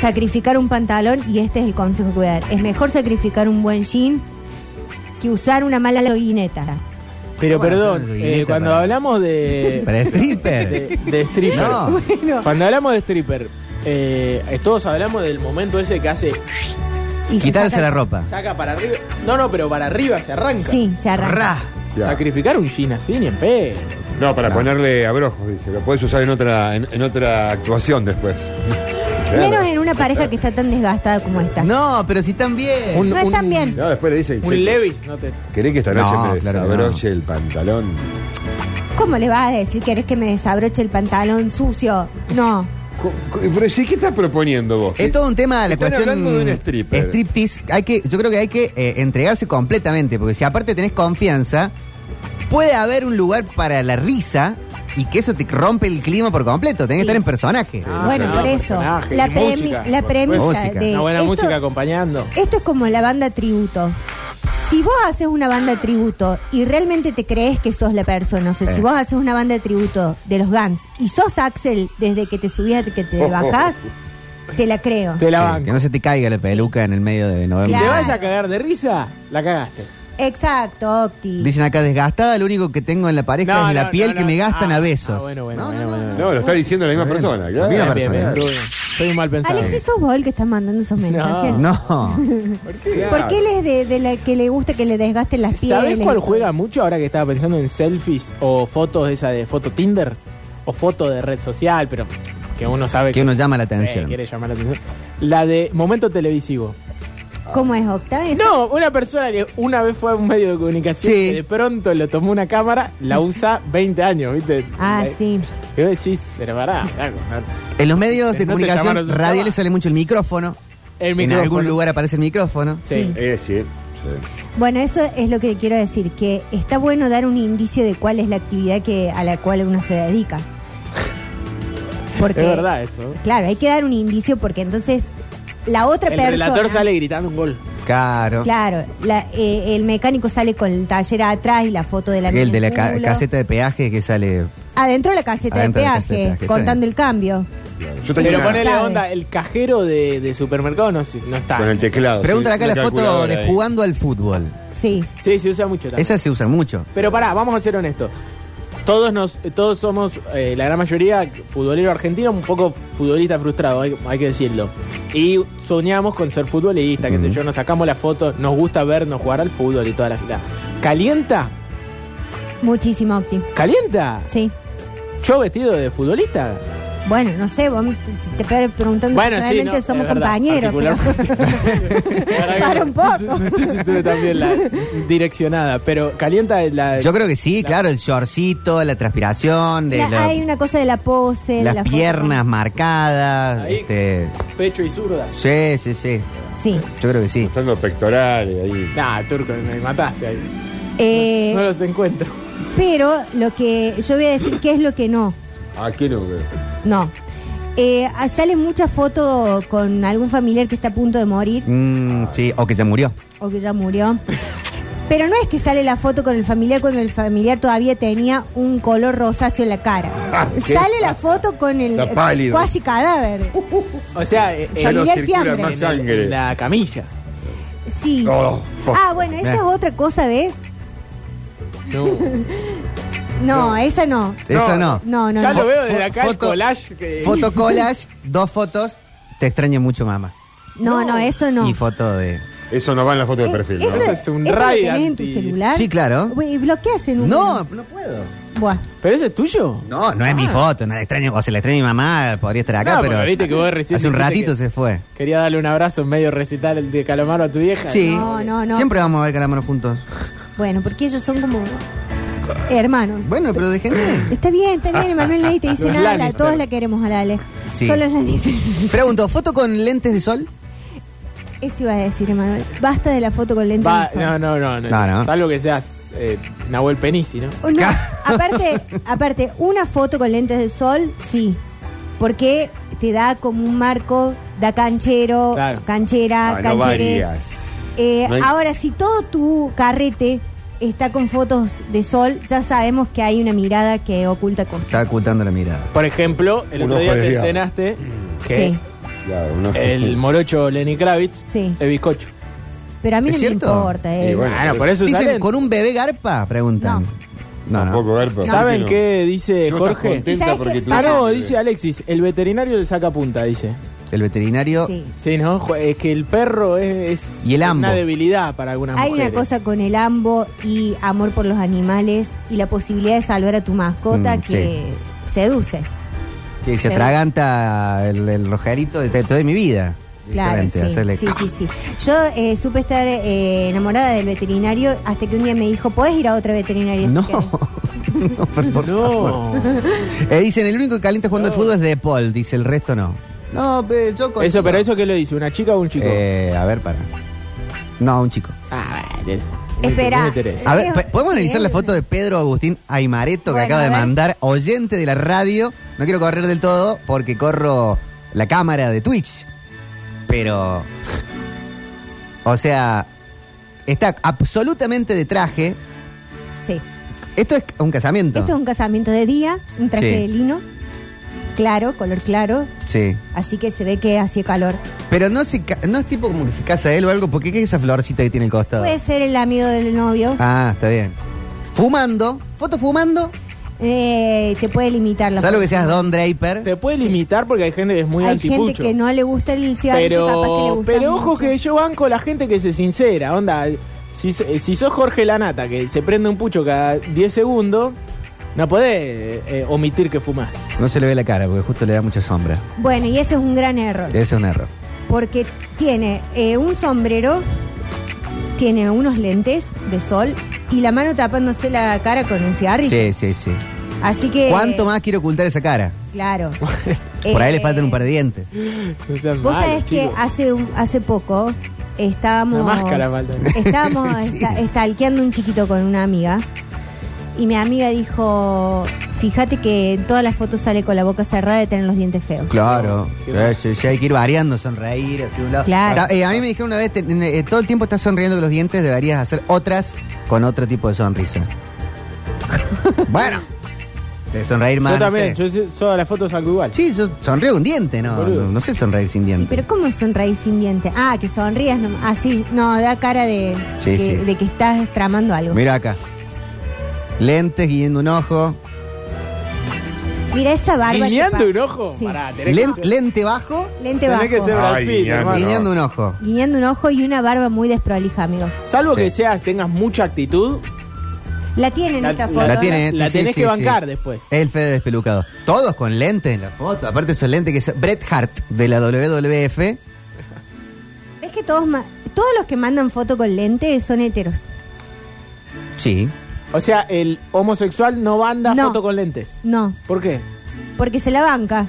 Speaker 5: sacrificar un pantalón, y este es el consejo que voy a dar, es mejor sacrificar un buen jean que usar una mala loguineta.
Speaker 9: Pero
Speaker 3: Bueno,
Speaker 9: perdón,
Speaker 3: son
Speaker 9: eh,
Speaker 3: guinetas
Speaker 9: cuando
Speaker 3: para-
Speaker 9: hablamos de.
Speaker 3: Para stripper.
Speaker 9: De, de stripper.
Speaker 3: No.
Speaker 5: Bueno,
Speaker 9: Cuando hablamos de stripper, eh, todos hablamos del momento ese que hace.
Speaker 5: y se
Speaker 3: Quitarse
Speaker 5: saca-
Speaker 3: la ropa.
Speaker 9: Saca para arriba. No, no, pero para arriba se arranca.
Speaker 5: Sí, se arranca.
Speaker 3: Ra.
Speaker 6: Ya.
Speaker 9: Sacrificar un jean así, ni en pedo.
Speaker 6: No, para ponerle abrojos, dice. Lo puedes usar en otra, en, en otra actuación después. Claro.
Speaker 5: Menos en una pareja que está tan desgastada como esta.
Speaker 3: No, pero si están bien.
Speaker 9: Un-
Speaker 5: no están bien.
Speaker 6: No, después le dicen.
Speaker 9: Un
Speaker 6: "Che,
Speaker 9: Levis, no te.
Speaker 6: ¿Querés que esta
Speaker 3: No,
Speaker 6: noche te
Speaker 3: claro que
Speaker 6: desabroche el pantalón?
Speaker 5: ¿Cómo le vas a decir querés que me desabroche el pantalón sucio? No.
Speaker 6: Co- co- Pero sí, ¿qué estás proponiendo vos?
Speaker 3: Es todo un tema la
Speaker 6: Están
Speaker 3: cuestión.
Speaker 6: hablando de un stripper.
Speaker 3: Striptease. Hay que, yo creo que hay que eh, entregarse completamente, porque si aparte tenés confianza, puede haber un lugar para la risa y que eso te rompe el clima por completo. Tenés
Speaker 5: Sí.
Speaker 3: que estar en personaje.
Speaker 9: Ah,
Speaker 5: bueno,
Speaker 9: no,
Speaker 5: por eso.
Speaker 9: personaje,
Speaker 5: La,
Speaker 9: y
Speaker 5: premi-
Speaker 9: música.
Speaker 5: la
Speaker 9: Por
Speaker 5: premisa
Speaker 3: supuesto.
Speaker 5: de.
Speaker 9: Una buena
Speaker 5: esto-
Speaker 9: música acompañando.
Speaker 5: Esto es como la banda tributo. Si vos haces una banda tributo y realmente te crees que sos la persona, o sea,
Speaker 3: Eh.
Speaker 5: si vos haces una banda de tributo de los Guns y sos Axel desde que te subías hasta que te bajás, te la creo.
Speaker 9: Te la
Speaker 3: Sí,
Speaker 9: banco.
Speaker 3: que no se te caiga la peluca en el medio de noviembre.
Speaker 9: Te
Speaker 5: Claro.
Speaker 9: vas a cagar de risa, la cagaste.
Speaker 5: Exacto, Octi.
Speaker 3: Dicen acá, desgastada, lo único que tengo en la pareja
Speaker 9: No,
Speaker 3: es la
Speaker 9: no,
Speaker 3: piel
Speaker 9: no,
Speaker 3: que
Speaker 9: no.
Speaker 3: me gastan
Speaker 9: Ah,
Speaker 3: a besos.
Speaker 9: ah, bueno, bueno,
Speaker 3: No,
Speaker 9: bueno,
Speaker 3: no,
Speaker 9: bueno, bueno.
Speaker 6: No, lo está diciendo la misma
Speaker 3: Bueno.
Speaker 6: persona, claro.
Speaker 3: Bien,
Speaker 9: Bien, bien, bien,
Speaker 3: persona.
Speaker 9: estuvo bien. Soy un mal pensado.
Speaker 5: Alexis, sos vos el que está mandando esos mensajes.
Speaker 3: No.
Speaker 5: ¿Por qué él es de, de la que le gusta que le desgasten las pieles?
Speaker 9: ¿Sabes cuál juega mucho ahora que estaba pensando en selfies o fotos de esa de foto Tinder o foto de red social, pero que uno sabe
Speaker 3: Que uno llama la
Speaker 9: eh,
Speaker 3: atención.
Speaker 9: quiere llamar la atención? La de momento televisivo.
Speaker 5: ¿Cómo es, Octa? ¿Eso?
Speaker 9: No, una persona que una vez fue a un medio de comunicación
Speaker 3: Sí.
Speaker 9: que de pronto lo tomó una cámara, la usa 20 años, ¿viste?
Speaker 5: Ah,
Speaker 9: Eh,
Speaker 5: sí.
Speaker 9: Y vos decís, pero pará, flaco, no.
Speaker 3: En los medios de
Speaker 9: No te llamaron
Speaker 3: comunicación
Speaker 9: de
Speaker 3: radiales
Speaker 9: trabajo.
Speaker 3: sale mucho el micrófono.
Speaker 9: El
Speaker 3: En
Speaker 9: micrófono.
Speaker 3: algún lugar aparece el micrófono.
Speaker 9: Sí.
Speaker 6: Es decir,
Speaker 5: Bueno, eso es lo que quiero decir, que está bueno dar un indicio de cuál es la actividad que a la cual uno se dedica. Porque,
Speaker 9: Es verdad eso.
Speaker 5: Claro, hay que dar un indicio porque entonces la otra
Speaker 9: El
Speaker 5: persona...
Speaker 9: relator sale gritando un gol.
Speaker 3: Claro.
Speaker 5: Claro, la- eh, el mecánico sale con el taller atrás y la foto de la mina
Speaker 3: El de la
Speaker 5: en
Speaker 3: ca-
Speaker 5: culo.
Speaker 3: caseta de peaje que sale.
Speaker 5: Adentro de la caseta
Speaker 3: Adentro de
Speaker 5: de
Speaker 3: la
Speaker 5: peaje,
Speaker 3: caseta de peaje, está
Speaker 5: contando el cambio.
Speaker 6: yo tenía
Speaker 9: Pero
Speaker 6: una-
Speaker 9: ponele
Speaker 5: Sabe.
Speaker 9: onda, el cajero de, de supermercado no, se- no está.
Speaker 6: con el teclado. sí,
Speaker 3: Pregúntale acá
Speaker 6: una
Speaker 3: la foto
Speaker 6: calculadora
Speaker 3: de
Speaker 6: ahí.
Speaker 3: jugando al fútbol.
Speaker 9: Ah,
Speaker 5: Sí,
Speaker 9: Sí, se usa mucho también.
Speaker 3: Esas se usan mucho.
Speaker 9: Pero pará, vamos a ser honestos. Todos nos, todos somos, eh, la gran mayoría, futbolero argentino, un poco futbolista frustrado, hay, hay que decirlo. Y soñamos con ser futbolista, qué sé yo, nos sacamos la foto, nos gusta vernos jugar al fútbol y toda la fila. ¿Calienta?
Speaker 5: muchísimo, Octi.
Speaker 9: ¿Calienta?
Speaker 5: Sí.
Speaker 9: ¿Yo vestido de futbolista?
Speaker 5: Bueno, no sé, vos me- si te pe- preguntando
Speaker 9: Bueno, sí,
Speaker 5: realmente
Speaker 9: no,
Speaker 5: somos
Speaker 9: es verdad,
Speaker 5: compañeros. pero-
Speaker 9: particularmente.
Speaker 5: Para un poco.
Speaker 9: No, sé si tuve también la direccionada, pero ¿calienta la...?
Speaker 3: Yo creo que sí, claro, el shortcito, la transpiración, de
Speaker 5: La-
Speaker 3: la-
Speaker 5: hay una cosa de la pose, de
Speaker 3: las
Speaker 5: la foto.
Speaker 3: piernas marcadas.
Speaker 9: Ahí.
Speaker 3: Este,
Speaker 9: Pecho y zurda.
Speaker 3: sí, sí, sí.
Speaker 5: Sí.
Speaker 3: Yo creo que sí.
Speaker 6: Mostrando pectorales ahí.
Speaker 9: Nah, turco, me mataste ahí.
Speaker 5: Eh,
Speaker 9: No los encuentro.
Speaker 5: Pero lo que yo voy a decir qué es lo que no.
Speaker 6: ¿A Ah, qué no creo?
Speaker 5: No. Eh, ah, sale mucha foto con algún familiar que está a punto de morir
Speaker 3: Mm, sí, o que ya murió.
Speaker 5: o que ya murió. Pero no es que sale la foto con el familiar cuando el familiar todavía tenía un color rosáceo en la cara.
Speaker 6: ¿qué?
Speaker 5: sale la foto con el
Speaker 6: Está pálido.
Speaker 5: cuasi cadáver.
Speaker 9: O sea, eh,
Speaker 5: Ya
Speaker 9: eh,
Speaker 5: no
Speaker 6: no
Speaker 5: Miguel
Speaker 6: circula
Speaker 5: Fiambre.
Speaker 6: más
Speaker 9: en
Speaker 6: sangre.
Speaker 9: el- la camilla.
Speaker 5: Sí.
Speaker 6: Oh, oh.
Speaker 5: Ah, bueno, esa
Speaker 3: Eh.
Speaker 5: es otra cosa, ¿ves? No, esa no.
Speaker 3: Eso no.
Speaker 5: No, no,
Speaker 9: ya
Speaker 5: no.
Speaker 9: lo veo desde acá
Speaker 3: Foto-
Speaker 9: el collage que...
Speaker 3: Foto collage, dos fotos. Te extraña mucho, mamá.
Speaker 5: No, no, eso no.
Speaker 3: Y foto de.
Speaker 6: Eso no va en la foto de
Speaker 5: Eh,
Speaker 6: perfil.
Speaker 5: Eso,
Speaker 6: ¿no? Ah,
Speaker 9: Eso es un
Speaker 5: eso lo
Speaker 9: raid
Speaker 5: tenés en tu
Speaker 9: anti-
Speaker 5: celular.
Speaker 3: Sí, claro.
Speaker 5: Güey, ¿Y bloqueas en un
Speaker 3: No, no puedo.
Speaker 5: Buah.
Speaker 9: ¿Pero ese es tuyo?
Speaker 3: No, no es
Speaker 5: Ah.
Speaker 3: mi foto, no la extraño, o se la extraña mi mamá, podría estar acá,
Speaker 9: No, porque
Speaker 3: pero
Speaker 9: viste que vos recién
Speaker 3: hace un
Speaker 9: dijiste
Speaker 3: ratito
Speaker 9: que-
Speaker 3: se fue.
Speaker 9: Quería darle un abrazo en medio recital de Calamaro a tu vieja.
Speaker 3: Sí,
Speaker 5: No, no, no.
Speaker 3: siempre vamos a ver Calamaro juntos.
Speaker 5: Bueno, porque ellos son como hermanos.
Speaker 3: Bueno, pero déjenme.
Speaker 5: Está bien, está bien, Emanuel nadie te dice
Speaker 9: Los
Speaker 5: nada, la,
Speaker 9: Lannister.
Speaker 5: todos la queremos a la Ale.
Speaker 3: Sí.
Speaker 5: Solo es la Lannister.
Speaker 3: Pregunto, ¿foto con lentes de sol?
Speaker 5: Eso iba a decir, Emanuel. Basta de la foto con lentes.
Speaker 9: Va-
Speaker 5: de sol.
Speaker 9: no, no, no, no.
Speaker 3: No, no.
Speaker 9: Salvo que seas eh, Nahuel Penisi, ¿no?
Speaker 5: Oh, no. aparte, aparte, una foto con lentes de sol, sí. Porque te da como un marco, da canchero,
Speaker 9: Claro.
Speaker 5: canchera,
Speaker 6: Ah, no
Speaker 5: canchere.
Speaker 6: varías.
Speaker 5: Eh,
Speaker 6: No hay-
Speaker 5: Ahora, si todo tu carrete está con fotos de sol, ya sabemos que hay una mirada que oculta cosas.
Speaker 3: Está ocultando la mirada.
Speaker 9: Por ejemplo, el
Speaker 6: Un
Speaker 9: otro
Speaker 6: ojo
Speaker 9: día te
Speaker 6: desviado.
Speaker 3: Mm.
Speaker 9: estrenaste que
Speaker 5: Sí.
Speaker 9: El morocho Lenny Kravitz
Speaker 5: Sí.
Speaker 9: es bizcocho.
Speaker 5: Pero a mí
Speaker 3: ¿Es
Speaker 5: no
Speaker 3: cierto?
Speaker 5: me importa. eh.
Speaker 9: Y bueno,
Speaker 3: Ah, no,
Speaker 9: por eso es
Speaker 3: Dicen,
Speaker 9: talento.
Speaker 3: ¿con un bebé garpa? Preguntan. No, no.
Speaker 6: Tampoco, Garpa.
Speaker 9: ¿Saben
Speaker 6: No.
Speaker 9: qué dice
Speaker 6: No estás
Speaker 9: Jorge?
Speaker 6: contenta
Speaker 5: ¿Sabes
Speaker 6: porque
Speaker 5: qué?
Speaker 6: tuviste
Speaker 9: Ah, no,
Speaker 6: un bebé.
Speaker 9: dice Alexis, el veterinario le saca punta, dice.
Speaker 3: El veterinario.
Speaker 5: Sí.
Speaker 9: Sí, ¿no? Jo- Es que el perro es, es
Speaker 3: Y el ambo.
Speaker 9: una debilidad para algunas
Speaker 5: Hay
Speaker 9: mujeres.
Speaker 5: una cosa con el ambo y amor por los animales y la posibilidad de salvar a tu mascota
Speaker 3: Mm,
Speaker 5: que seduce.
Speaker 3: Que se
Speaker 5: Sí.
Speaker 3: atraganta el, el rojerito de toda mi vida.
Speaker 5: Claro, sí,
Speaker 3: Directamente, hacerle-
Speaker 5: sí, sí, sí. Yo eh, supe estar eh, enamorada del veterinario hasta que un día me dijo, ¿podés ir a otra veterinaria? si
Speaker 3: No.
Speaker 5: querés?"
Speaker 3: No, por- por favor.
Speaker 9: No.
Speaker 3: Eh, dicen, el único que calienta jugando al fútbol es De Paul. Dice, el resto no. No, yo
Speaker 9: Eso, pero eso que lo dice, ¿una chica o un chico?
Speaker 3: Eh, a ver, para. No, un chico.
Speaker 9: Ah, bueno,
Speaker 5: Espera.
Speaker 9: no me interesa.
Speaker 3: A
Speaker 5: Sí,
Speaker 3: ver, ¿po- ¿podemos
Speaker 5: sí,
Speaker 3: analizar la foto de Pedro Agustín Aymareto que
Speaker 5: Bueno,
Speaker 3: acaba de
Speaker 5: a ver.
Speaker 3: mandar? Oyente de la radio. No quiero correr del todo porque corro la cámara de Twitch. Pero. O sea, está absolutamente de traje.
Speaker 5: Sí.
Speaker 3: Esto es un casamiento.
Speaker 5: Esto es un casamiento de día, un traje
Speaker 3: Sí.
Speaker 5: de lino, claro, color claro,
Speaker 3: Sí.
Speaker 5: así que se ve que hacía calor.
Speaker 3: Pero no, se ca- no es tipo como que se casa él o algo, porque ¿qué es esa florcita que tiene el costado?
Speaker 5: Puede ser el amigo del novio,
Speaker 3: Ah, está bien. Fumando, foto fumando,
Speaker 5: eh, te puede limitar la
Speaker 3: salvo que
Speaker 5: foto.
Speaker 3: seas Don Draper.
Speaker 9: Te puede limitar porque hay gente que es muy
Speaker 5: Hay gente
Speaker 9: antipucho.
Speaker 5: que no le gusta el cigarrillo, capaz que le
Speaker 9: pero,
Speaker 5: gusta
Speaker 9: pero ojo
Speaker 5: mucho.
Speaker 9: que yo banco la gente que se sincera, onda. Si, eh, si sos Jorge Lanata, que se prende un pucho cada 10 segundos, no podés eh, omitir que fumás.
Speaker 3: No se le ve la cara porque justo le da mucha sombra.
Speaker 5: Bueno, y ese es un gran error.
Speaker 3: Ese es un error.
Speaker 5: Porque tiene eh, un sombrero, tiene unos lentes de sol y la mano tapándose la cara con un cigarrillo.
Speaker 3: Sí, sí, sí.
Speaker 5: Así que.
Speaker 3: ¿Cuánto más quiere ocultar esa cara?
Speaker 5: Claro.
Speaker 3: Por ahí
Speaker 5: Eh,
Speaker 3: le faltan un par de dientes.
Speaker 9: No sean
Speaker 5: Vos
Speaker 9: malos,
Speaker 5: sabés que
Speaker 9: chicos.
Speaker 5: hace, un- hace poco estábamos.
Speaker 9: Una máscara falta.
Speaker 5: Estábamos
Speaker 3: Sí.
Speaker 5: esta- estalqueando un chiquito con una amiga. Y mi amiga dijo: Fíjate que en todas las fotos sale con la boca cerrada de tener los dientes feos.
Speaker 3: Claro.
Speaker 9: Qué
Speaker 3: Sí,
Speaker 9: mal.
Speaker 3: sí, sí, hay que ir variando, sonreír, así de un lado.
Speaker 5: Claro.
Speaker 3: Está- eh, a mí me dijeron una vez, te- eh, todo el tiempo estás sonriendo con los dientes, deberías hacer otras con otro tipo de sonrisa. bueno. De sonreír más.
Speaker 9: Yo
Speaker 3: no
Speaker 9: también,
Speaker 3: sé.
Speaker 9: yo se- todas las fotos saco igual.
Speaker 3: Sí, yo sonrío con diente, no,
Speaker 9: Boludo.
Speaker 3: no, no sé sonreír sin
Speaker 5: Y,
Speaker 3: diente.
Speaker 5: pero ¿cómo sonreír sin diente? Ah, que sonrías nomás. Ah, sí, no, da cara de,
Speaker 3: Sí, sí.
Speaker 5: que, de que estás tramando algo. Mira,
Speaker 3: Mira acá. Lentes guiando un ojo,
Speaker 5: esa barba. que
Speaker 9: Guiñando
Speaker 5: pa-
Speaker 9: un ojo.
Speaker 5: Sí.
Speaker 9: Pará, tenés
Speaker 3: len-
Speaker 9: que ser-
Speaker 3: lente bajo,
Speaker 5: Lente
Speaker 9: tenés que
Speaker 5: bajo.
Speaker 9: ser Brad
Speaker 6: Ay,
Speaker 9: Pitt,
Speaker 6: guiñando.
Speaker 9: hermano.
Speaker 3: guiñando un ojo.
Speaker 5: Guiñando un ojo y una barba muy desprolija, amigo.
Speaker 9: Salvo
Speaker 3: Sí.
Speaker 9: que seas, tengas mucha actitud,
Speaker 5: La tiene en
Speaker 9: La-
Speaker 5: esta
Speaker 9: la
Speaker 5: foto.
Speaker 3: La
Speaker 5: ¿eh?
Speaker 3: tiene, este,
Speaker 9: La
Speaker 3: sí, sí,
Speaker 9: tenés
Speaker 3: sí,
Speaker 9: que
Speaker 3: sí.
Speaker 9: bancar después.
Speaker 3: El Fede despelucado. Todos con lentes en la foto. Aparte esos lentes que es Bret Hart de la WWF.
Speaker 5: Es que todos, ma- todos los que mandan foto con lente son heteros.
Speaker 3: Sí.
Speaker 9: O sea, el homosexual no manda
Speaker 5: No.
Speaker 9: foto con lentes.
Speaker 5: No,
Speaker 9: ¿Por qué?
Speaker 5: porque se la banca.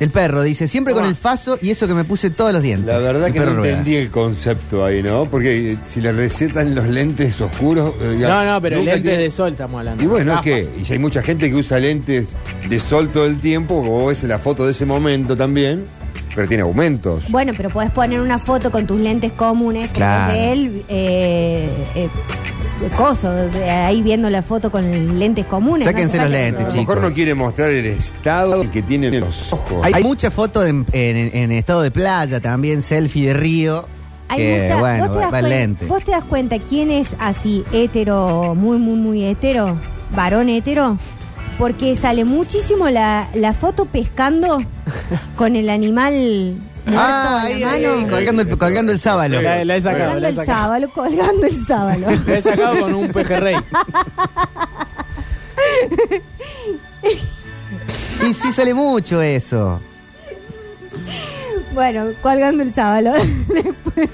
Speaker 3: El perro dice, siempre con
Speaker 9: Ah.
Speaker 3: el faso y eso que me puse todos los dientes.
Speaker 6: La verdad
Speaker 3: El
Speaker 6: que no
Speaker 3: perro rueda.
Speaker 6: entendí el concepto ahí, ¿no? Porque eh, si le recetan los lentes oscuros... eh, ya-
Speaker 9: No, no, pero
Speaker 6: nunca
Speaker 9: lentes
Speaker 6: tiene-
Speaker 9: de sol estamos hablando.
Speaker 6: Y bueno, es
Speaker 9: Gafas.
Speaker 6: que y si hay mucha gente que usa lentes de sol todo el tiempo, como ves en la foto de ese momento también, pero tiene aumentos.
Speaker 5: Bueno, pero podés poner una foto con tus lentes comunes, como
Speaker 3: Claro.
Speaker 5: es de él, eh, eh, coso, de ahí viendo la foto con lentes comunes.
Speaker 3: Sáquense
Speaker 5: hace
Speaker 3: los
Speaker 5: falta que-
Speaker 6: A lo
Speaker 3: lentes,
Speaker 6: mejor
Speaker 3: chicos.
Speaker 6: no quiere mostrar el estado que tienen los ojos.
Speaker 3: Hay, hay mucha foto en, en- en estado de playa también, selfie de río.
Speaker 5: Hay
Speaker 3: que,
Speaker 5: mucha-
Speaker 3: bueno,
Speaker 5: ¿vos, te das
Speaker 3: va el
Speaker 5: cuen-
Speaker 3: lente.
Speaker 5: vos te das cuenta quién es así, hetero, muy, muy, muy hetero, varón hetero? Porque sale muchísimo la, la foto pescando con el animal muerto
Speaker 3: Ah,
Speaker 5: en
Speaker 3: ahí,
Speaker 5: la
Speaker 3: ahí,
Speaker 5: mano.
Speaker 3: ahí, colgando el, colgando el sábalo.
Speaker 9: La, la he sacado,
Speaker 5: Colgando
Speaker 9: la he
Speaker 5: el
Speaker 9: sacado.
Speaker 5: sábalo, colgando el sábalo.
Speaker 9: La he sacado con un pejerrey.
Speaker 3: Y sí sale mucho eso.
Speaker 5: bueno, colgando el sábalo. Después-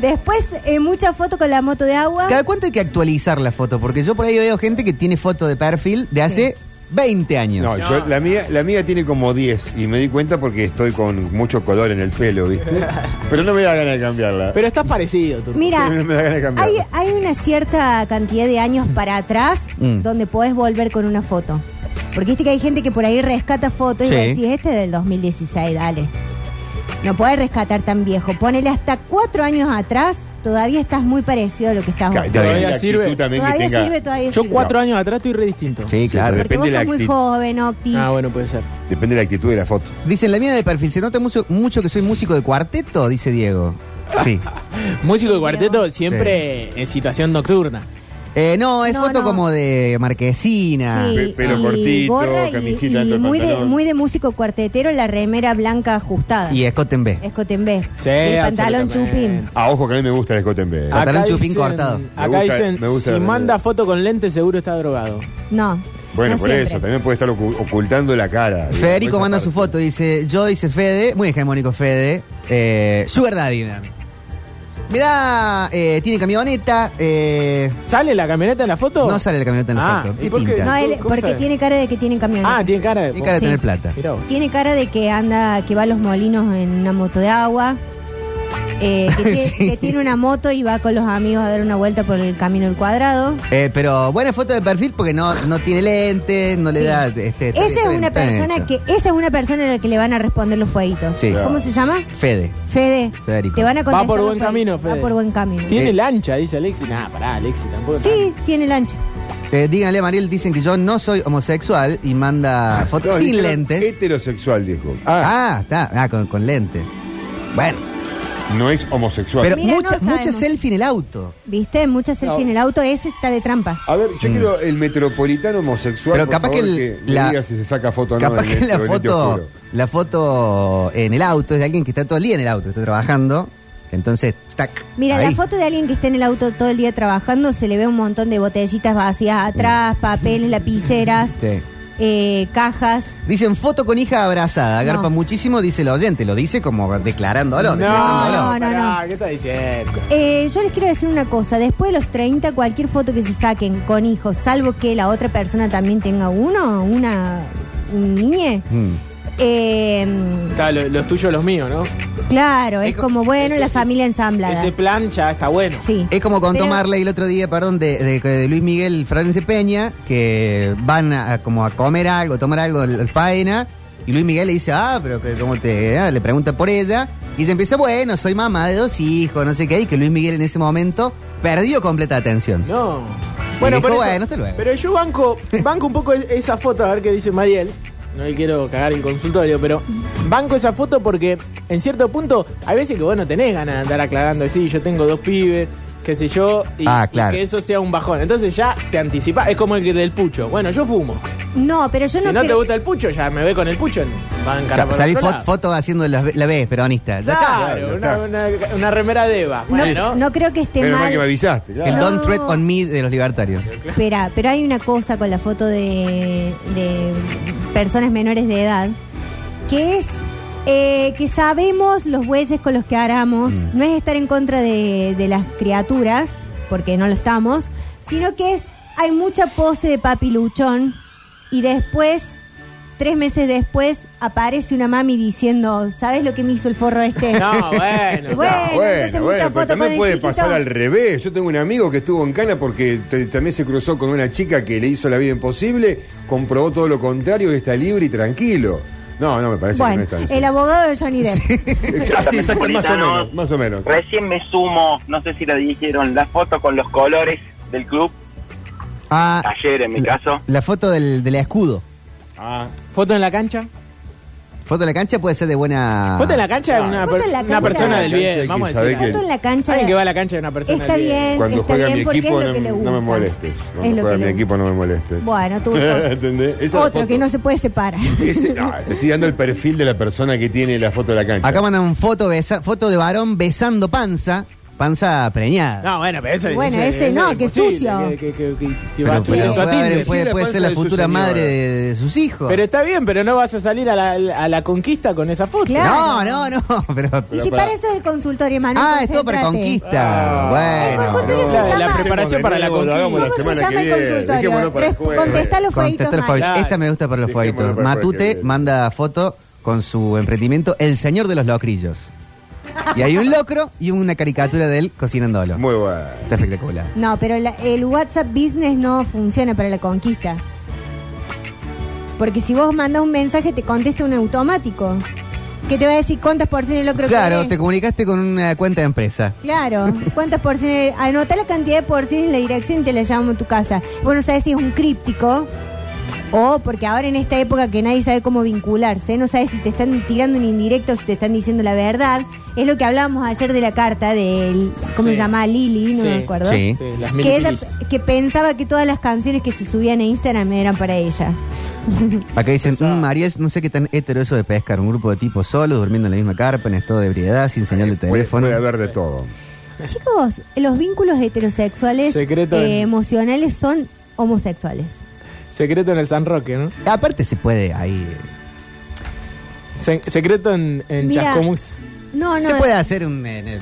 Speaker 5: Después, eh, mucha foto con la moto de agua.
Speaker 3: ¿Cada cuánto hay que actualizar la foto? Porque yo por ahí veo gente que tiene foto de perfil de hace 20 años.
Speaker 6: No, yo- la, mía, la mía tiene como 10 y me di cuenta porque estoy con mucho color en el pelo, ¿viste? Pero no me da ganas de cambiarla.
Speaker 9: Pero estás parecido, tú.
Speaker 5: Mira,
Speaker 6: no me da ganas de
Speaker 5: hay,
Speaker 6: cambiarla.
Speaker 5: hay una cierta cantidad de años para atrás
Speaker 3: Mm.
Speaker 5: donde podés volver con una foto. Porque viste que hay gente que por ahí rescata fotos
Speaker 3: Sí.
Speaker 5: y decís, este es del 2016, dale. No podés rescatar tan viejo. Ponele hasta cuatro años atrás Todavía estás muy parecido a lo que estás hoy.
Speaker 9: Todavía sirve.
Speaker 5: Todavía sirve, todavía
Speaker 9: Yo
Speaker 5: sirve.
Speaker 9: cuatro años atrás estoy re distinto.
Speaker 3: Sí, claro.
Speaker 5: Porque
Speaker 6: depende
Speaker 5: vos
Speaker 6: de la
Speaker 5: sos muy
Speaker 6: actitud.
Speaker 5: joven, Octi.
Speaker 9: Ah, bueno, puede ser.
Speaker 6: Depende de la actitud de la foto.
Speaker 3: Dicen, la mía de perfil, ¿se nota mucho, mucho que soy músico de cuarteto? Dice Diego. Sí.
Speaker 9: Músico de cuarteto siempre en situación nocturna.
Speaker 3: Eh, no, es
Speaker 5: No,
Speaker 3: foto
Speaker 5: no.
Speaker 3: como de marquesina.
Speaker 5: Sí,
Speaker 6: Pe- pelo
Speaker 5: y
Speaker 6: cortito,
Speaker 5: gorra y-
Speaker 6: camisita
Speaker 5: y
Speaker 6: alto el
Speaker 5: muy, de,
Speaker 6: pantalón.
Speaker 5: muy de músico cuartetero, la remera blanca ajustada.
Speaker 3: Y escote en B.
Speaker 5: Escotembe.
Speaker 9: Sí,
Speaker 5: Y el pantalón
Speaker 9: absolutamente.
Speaker 5: chupín.
Speaker 6: A Ah, ojo que a mí me gusta el escote en B. ¿eh?
Speaker 3: Ah. Pantalón chupín cortado. Me
Speaker 9: Acá
Speaker 6: gusta-
Speaker 9: dicen,
Speaker 6: me gusta
Speaker 9: si
Speaker 6: la-
Speaker 9: manda foto con lente seguro está drogado.
Speaker 5: No.
Speaker 6: Bueno,
Speaker 5: no
Speaker 6: por
Speaker 5: siempre.
Speaker 6: eso, también puede estar ocu- ocultando la cara. digamos,
Speaker 3: Federico
Speaker 6: esa
Speaker 3: manda su
Speaker 6: parte.
Speaker 3: foto, dice, yo dice Fede, muy hegemónico Fede, eh, Sugar Daddy. mirá. Mirá, eh, tiene camioneta, eh,
Speaker 9: ¿Sale la camioneta en la foto?
Speaker 3: no sale la camioneta en la
Speaker 9: Ah,
Speaker 3: foto.
Speaker 9: ¿y
Speaker 3: ¿Qué
Speaker 9: por qué?
Speaker 3: pinta?
Speaker 5: No, él-
Speaker 9: ¿Cómo
Speaker 5: porque
Speaker 9: sabe?
Speaker 5: tiene cara de que tiene camioneta.
Speaker 9: Ah, tiene cara de.
Speaker 3: Tiene cara de tener plata.
Speaker 9: Mirá vos.
Speaker 5: Tiene cara de que anda, que va a los molinos en una moto de agua. eh, que, tiene,
Speaker 3: Sí.
Speaker 5: que tiene una moto y va con los amigos a dar una vuelta por el camino del cuadrado.
Speaker 3: Eh, pero buena foto de perfil porque no, no tiene lente, no le
Speaker 5: Sí.
Speaker 3: da... Este, está bien,
Speaker 5: Esa
Speaker 3: está
Speaker 5: es
Speaker 3: bien,
Speaker 5: una
Speaker 3: está bien
Speaker 5: persona
Speaker 3: hecho.
Speaker 5: que, esa es una persona a la que le van a responder los fueguitos.
Speaker 3: Sí.
Speaker 5: ¿Cómo se llama?
Speaker 3: Fede.
Speaker 5: Fede.
Speaker 3: Federico.
Speaker 5: Te van a contestar
Speaker 9: Va por
Speaker 5: los
Speaker 9: buen
Speaker 5: fueguitos.
Speaker 9: camino, Fede.
Speaker 5: Va por buen camino.
Speaker 9: Tiene
Speaker 3: Eh.
Speaker 9: lancha, dice Alexi. Nah, pará, Alexi, tampoco.
Speaker 5: Sí, tiene lancha.
Speaker 3: Eh, díganle a Mariel, dicen que yo no soy homosexual y manda fotos
Speaker 6: Ah, No, este-
Speaker 3: sin
Speaker 6: dijeron
Speaker 3: lentes.
Speaker 6: Heterosexual, dijo.
Speaker 3: Ah, está, ah, con, con lente. Bueno,
Speaker 6: No es homosexual.
Speaker 3: pero
Speaker 5: Mira, no
Speaker 3: muchas
Speaker 5: sabemos.
Speaker 3: mucha selfie en el auto.
Speaker 5: ¿Viste? Muchas selfies en
Speaker 9: No.
Speaker 5: el auto. Ese está de trampa.
Speaker 6: A ver, yo quiero el metropolitano homosexual.
Speaker 3: Mm. Pero
Speaker 6: por
Speaker 3: capaz
Speaker 6: favor,
Speaker 3: que el-
Speaker 6: me
Speaker 3: la-
Speaker 6: diga si se saca foto o no.
Speaker 3: Capaz
Speaker 6: en
Speaker 3: que
Speaker 6: este
Speaker 3: la
Speaker 6: gabinete
Speaker 3: foto,
Speaker 6: oscuro.
Speaker 3: la foto en el auto es de alguien que está todo el día en el auto, está trabajando. Entonces, tac.
Speaker 5: Mira,
Speaker 3: ahí.
Speaker 5: la foto de alguien que está en el auto todo el día trabajando, se le ve un montón de botellitas vacías atrás, papeles, lapiceras,
Speaker 3: Sí.
Speaker 5: eh, cajas.
Speaker 3: Dicen foto con hija abrazada,
Speaker 5: No.
Speaker 3: agarpa muchísimo, dice el oyente, lo dice como declarándolo.
Speaker 9: No,
Speaker 3: declarándolo.
Speaker 9: no, no,
Speaker 5: no,
Speaker 9: pará, ¿Qué está diciendo?
Speaker 5: Eh, yo les quiero decir una cosa, después de los 30, cualquier foto que se saquen con hijos, salvo que la otra persona también tenga uno, una un niñe,
Speaker 3: Mm.
Speaker 5: eh,
Speaker 9: Está, lo- los tuyos, los míos, ¿no?
Speaker 5: claro, es
Speaker 3: Ese-
Speaker 5: como bueno la familia ensamblada.
Speaker 9: Ese plan ya está bueno.
Speaker 5: sí.
Speaker 3: Es como contó
Speaker 5: Pero-
Speaker 3: Marley el otro día, perdón, de, de- de Luis Miguel Florencia Peña, que van a, a como a comer algo, tomar algo al, al faena, y Luis Miguel le dice, ah, pero que- ¿cómo te...? ah?", le pregunta por ella, y ella empieza, bueno, soy mamá de dos hijos, no sé qué, y que Luis Miguel en ese momento perdió completa atención.
Speaker 9: No.
Speaker 3: dijo,
Speaker 9: pero
Speaker 3: "Bueno, hasta luego".
Speaker 9: Pero yo banco, banco un poco e- esa foto, a ver qué dice Mariel. No le quiero cagar en consultorio, pero banco esa foto porque en cierto punto hay veces que vos no tenés ganas de andar aclarando, sí, yo tengo dos pibes, qué sé yo, y,
Speaker 3: Ah,
Speaker 9: y
Speaker 3: claro.
Speaker 9: que eso sea un bajón. Entonces ya te anticipás, es como el que del pucho. Bueno, yo fumo.
Speaker 5: No, pero yo
Speaker 9: si
Speaker 5: no,
Speaker 9: no te
Speaker 5: creo-
Speaker 9: gusta el pucho, ya me ve con el pucho, va a encarar
Speaker 3: Ca-
Speaker 9: por
Speaker 3: Salí
Speaker 9: otro
Speaker 3: fo-
Speaker 9: lado.
Speaker 3: foto haciendo la, la vez peronista. Ya está.
Speaker 9: Claro, una, una- una remera de Eva.
Speaker 5: no-
Speaker 9: Bueno,
Speaker 5: no creo que esté
Speaker 6: Menos mal
Speaker 5: mal.
Speaker 6: que me avisaste. claro.
Speaker 3: El
Speaker 5: No.
Speaker 3: Don't Tread on Me de los libertarios.
Speaker 5: Espera, pero hay una cosa con la foto de, de personas menores de edad, que es eh, que sabemos los bueyes con los que haramos,
Speaker 6: Mm.
Speaker 5: no es estar en contra de, de las criaturas, porque no lo estamos, sino que es, hay mucha pose de papi luchón y después, tres meses después, aparece una mami diciendo, ¿sabes lo que me hizo el forro este?
Speaker 9: no, bueno.
Speaker 5: Bueno,
Speaker 6: Ah,
Speaker 5: entonces mucha
Speaker 6: pero
Speaker 5: foto con
Speaker 6: también
Speaker 5: el
Speaker 6: puede
Speaker 5: chiquito.
Speaker 6: pasar al revés. Yo tengo un amigo que estuvo en Cana porque te- también se cruzó con una chica que le hizo la vida imposible, comprobó todo lo contrario y está libre y tranquilo. No, no, me parece
Speaker 5: Bueno,
Speaker 6: que no está
Speaker 5: el abogado de Johnny Depp.
Speaker 6: Ah, sí, exacto, más o
Speaker 11: Metropolitano.
Speaker 6: menos, más o menos.
Speaker 11: Recién me sumo, no sé si la dijeron, la foto con los colores del club,
Speaker 3: Ah,
Speaker 11: ayer en mi
Speaker 3: la,
Speaker 11: caso.
Speaker 3: la foto del, del escudo.
Speaker 6: Ah,
Speaker 9: ¿Foto en la cancha?
Speaker 3: Foto de la cancha puede ser de buena.
Speaker 9: Foto en la cancha de una,
Speaker 5: Foto en
Speaker 9: per-
Speaker 5: la
Speaker 9: una
Speaker 5: cancha.
Speaker 9: persona del
Speaker 6: Cancha hay que
Speaker 9: bien, vamos a
Speaker 6: saber
Speaker 9: decir.
Speaker 5: Foto en la cancha.
Speaker 9: Alguien que va a la cancha de una persona
Speaker 5: Está
Speaker 9: del bien.
Speaker 5: bien.
Speaker 6: cuando
Speaker 5: está
Speaker 6: juega mi
Speaker 5: bien, porque
Speaker 6: equipo
Speaker 5: es lo
Speaker 6: no,
Speaker 5: que le
Speaker 6: no me
Speaker 5: gusta.
Speaker 6: molestes.
Speaker 5: Es
Speaker 6: Cuando
Speaker 5: lo
Speaker 6: juega
Speaker 5: que
Speaker 6: mi
Speaker 5: le-
Speaker 6: equipo no me molestes.
Speaker 5: Bueno, tú.
Speaker 6: ¿Entendés? Esa es la
Speaker 5: Otro
Speaker 6: foto.
Speaker 5: que no se puede separar.
Speaker 6: Ese- no, te estoy dando el perfil de la persona que tiene la foto de la cancha.
Speaker 3: Acá mandan un foto, besa- foto de varón besando panza. Panza preñada.
Speaker 9: No, bueno, pero eso
Speaker 5: Bueno,
Speaker 9: eso-
Speaker 5: ese
Speaker 9: eso
Speaker 5: no,
Speaker 9: es
Speaker 5: que
Speaker 9: imposible,
Speaker 5: sucio.
Speaker 9: Que, que- que- que- que va
Speaker 3: Pero-
Speaker 9: a subir
Speaker 3: pero
Speaker 9: eso a
Speaker 3: puede, haber-
Speaker 9: Tinder.
Speaker 3: puede-
Speaker 6: Sí, la
Speaker 3: puede ser
Speaker 6: panza
Speaker 3: la
Speaker 6: de su
Speaker 3: futura
Speaker 6: señora.
Speaker 3: madre de, de sus hijos.
Speaker 9: Pero está bien, pero no vas a salir a la, a la conquista con esa foto.
Speaker 5: Claro.
Speaker 3: No, no, no. Pero,
Speaker 5: Y si
Speaker 6: pará.
Speaker 5: para eso es el consultorio, Manuel.
Speaker 3: ah, es todo para
Speaker 5: concéntrate.
Speaker 3: conquista.
Speaker 5: El
Speaker 3: Ah, bueno.
Speaker 5: consultorio
Speaker 9: no.
Speaker 5: se
Speaker 9: La-
Speaker 5: llama.
Speaker 9: la preparación para la
Speaker 6: Lo hagamos
Speaker 5: ¿Cómo
Speaker 6: la
Speaker 5: se
Speaker 6: semana
Speaker 5: llama
Speaker 6: que
Speaker 5: el
Speaker 6: viene. Dejémoslo
Speaker 5: consultorio?
Speaker 6: para el
Speaker 5: Res-
Speaker 6: jueves.
Speaker 5: Contestá los
Speaker 3: Contestar
Speaker 5: fueguitos,
Speaker 3: favorito.
Speaker 9: Claro.
Speaker 3: Esta me gusta para los
Speaker 6: Dejémoslo para
Speaker 3: fueguitos.
Speaker 6: el jueguito,
Speaker 3: Matute
Speaker 6: bien.
Speaker 3: manda foto con su emprendimiento El Señor de los Locrillos. Y hay un locro y una caricatura de él cocinándolo.
Speaker 6: Muy bueno.
Speaker 3: Está espectacular.
Speaker 5: No, pero la- el WhatsApp Business no funciona para la conquista. Porque si vos mandas un mensaje, te contesta un automático. Que te va a decir cuántas porciones de locro E.
Speaker 3: claro,
Speaker 5: querés.
Speaker 3: te comunicaste con una cuenta de empresa.
Speaker 5: Claro, ¿cuántas porciones? Anota la cantidad de porciones en la dirección y te la llamo a tu casa. Vos no sabés si es un críptico o porque ahora en esta época que nadie sabe cómo vincularse, no sabes si te están tirando un indirecto, si te están diciendo la verdad. Es lo que hablábamos ayer de la carta del, ¿cómo
Speaker 12: Sí.
Speaker 5: se llamaba? Lili, no
Speaker 12: Sí.
Speaker 5: me acuerdo.
Speaker 12: Sí. Sí, las mil
Speaker 5: que, ella,
Speaker 12: Lilis.
Speaker 5: que pensaba que todas las canciones que se subían a Instagram eran para ella.
Speaker 3: Acá dicen, "Mm, Ariel, no sé qué tan hetero eso de pescar. Un grupo de tipos solos, durmiendo en la misma carpa, en estado de ebriedad, sin señal de teléfono. Puede
Speaker 6: haber de todo.
Speaker 5: Chicos, los vínculos heterosexuales
Speaker 12: Secreto
Speaker 5: eh,
Speaker 12: en-
Speaker 5: emocionales son homosexuales.
Speaker 12: Secreto en el San Roque, ¿no?
Speaker 3: Aparte se puede ahí.
Speaker 12: Se- secreto en, en
Speaker 5: Mira,
Speaker 12: Chascomús.
Speaker 5: Oh, No, no.
Speaker 3: Se puede hacer un... eh, eh,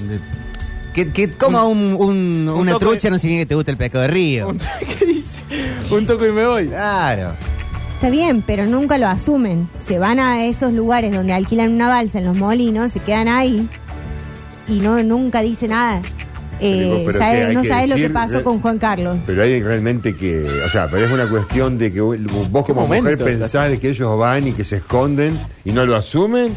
Speaker 3: que, que coma un- un-
Speaker 12: un
Speaker 3: una
Speaker 12: toque-
Speaker 3: trucha, no sé bien que te gusta el pescado de río.
Speaker 12: ¿Qué dice? Un toco y me voy.
Speaker 3: Claro.
Speaker 5: Está bien, pero nunca lo asumen. Se van a esos lugares donde alquilan una balsa en los molinos, se quedan ahí y no nunca dice nada. Eh,
Speaker 6: Digo, pero
Speaker 5: sabe-
Speaker 6: que hay
Speaker 5: no
Speaker 6: que
Speaker 5: sabes lo que
Speaker 6: decir-
Speaker 5: pasó con Juan Carlos.
Speaker 6: Pero hay realmente que, o sea, pero es una cuestión de que vos como
Speaker 12: momento,
Speaker 6: mujer pensás de que ellos van y que se esconden y no lo asumen,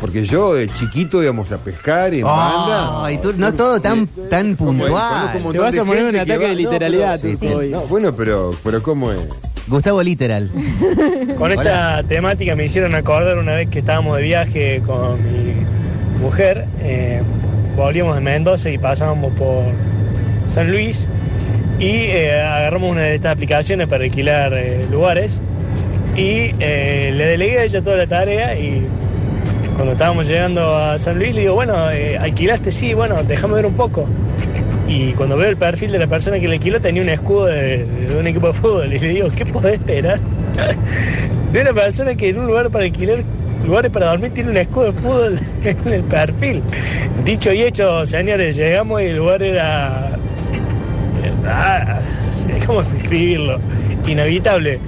Speaker 6: porque yo de chiquito íbamos a pescar y en banda.
Speaker 3: Ay, Oh, tú- no todo tan, tan puntual.
Speaker 6: Conozco un
Speaker 12: Te
Speaker 6: montón
Speaker 12: vas a
Speaker 6: de
Speaker 12: poner un
Speaker 6: gente que
Speaker 12: ataque de
Speaker 6: va- no,
Speaker 12: literalidad,
Speaker 3: pero-
Speaker 12: tú,
Speaker 3: sí, sí.
Speaker 12: hoy.
Speaker 6: No, bueno, pero, pero ¿cómo es?
Speaker 3: Gustavo Literal.
Speaker 9: Con esta temática me hicieron acordar una vez que estábamos de viaje con mi mujer, eh, volvíamos de Mendoza y pasábamos por San Luis y eh, agarramos una de estas aplicaciones para alquilar eh, lugares y eh, le delegué a ella toda la tarea y cuando estábamos llegando a San Luis le digo, bueno, eh, alquilaste, sí, bueno, déjame ver un poco. Y cuando veo el perfil de la persona que le alquiló tenía un escudo de, de un equipo de fútbol y le digo, ¿qué podés esperar? De una persona que en un lugar para alquilar lugares para dormir tiene un escudo de fútbol en el perfil. Dicho y hecho, señores, llegamos y el lugar era... ah, ¿Cómo escribirlo? Inhabitable.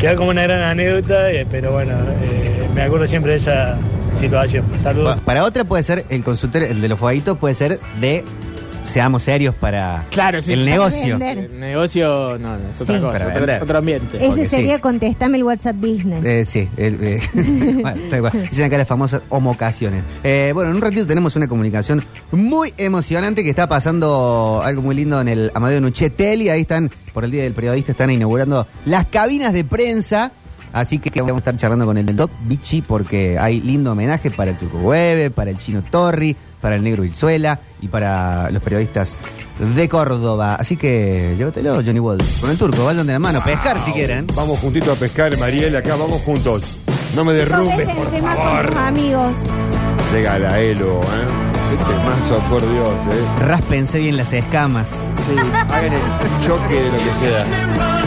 Speaker 9: Queda como una gran anécdota, eh, pero bueno, eh, me acuerdo siempre de esa situación. Saludos.
Speaker 3: Pa- Para otra puede ser el consultor, el de los fueguitos puede ser de seamos serios para
Speaker 12: Claro, sí.
Speaker 3: el
Speaker 12: sí.
Speaker 3: negocio.
Speaker 5: Vender.
Speaker 12: El negocio, no, no, es otra
Speaker 3: Sí.
Speaker 12: cosa.
Speaker 3: Para
Speaker 12: Otro,
Speaker 3: vender.
Speaker 12: otro ambiente.
Speaker 5: Ese
Speaker 3: sí.
Speaker 5: sería contestame el WhatsApp business.
Speaker 3: Eh, sí, el, eh, bueno, tal cual. dicen acá las famosas homocasiones. Eh, bueno, en un ratito tenemos una comunicación muy emocionante que está pasando algo muy lindo en el Amadeo Nuchetelli. Ahí están, por el Día del Periodista, están inaugurando las cabinas de prensa. Así que vamos a estar charlando con el Doc Bichi porque hay lindo homenaje para el Turco Hueve, para el Chino Torri, para el Negro Vilzuela y para los periodistas de Córdoba. Así que llévatelo, Johnny Wall. Con el Turco, vayan de la mano, pescar si quieren.
Speaker 6: Vamos juntitos a pescar, Mariel, acá vamos juntos. No me
Speaker 5: Chicos,
Speaker 6: derrumbes, por
Speaker 5: bésense más con
Speaker 6: favor.
Speaker 5: sus amigos.
Speaker 6: Llega la Elo, ¿eh? Este mazo, por Dios, ¿eh?
Speaker 3: Ráspense bien las escamas.
Speaker 6: Sí, hagan el choque de lo que sea.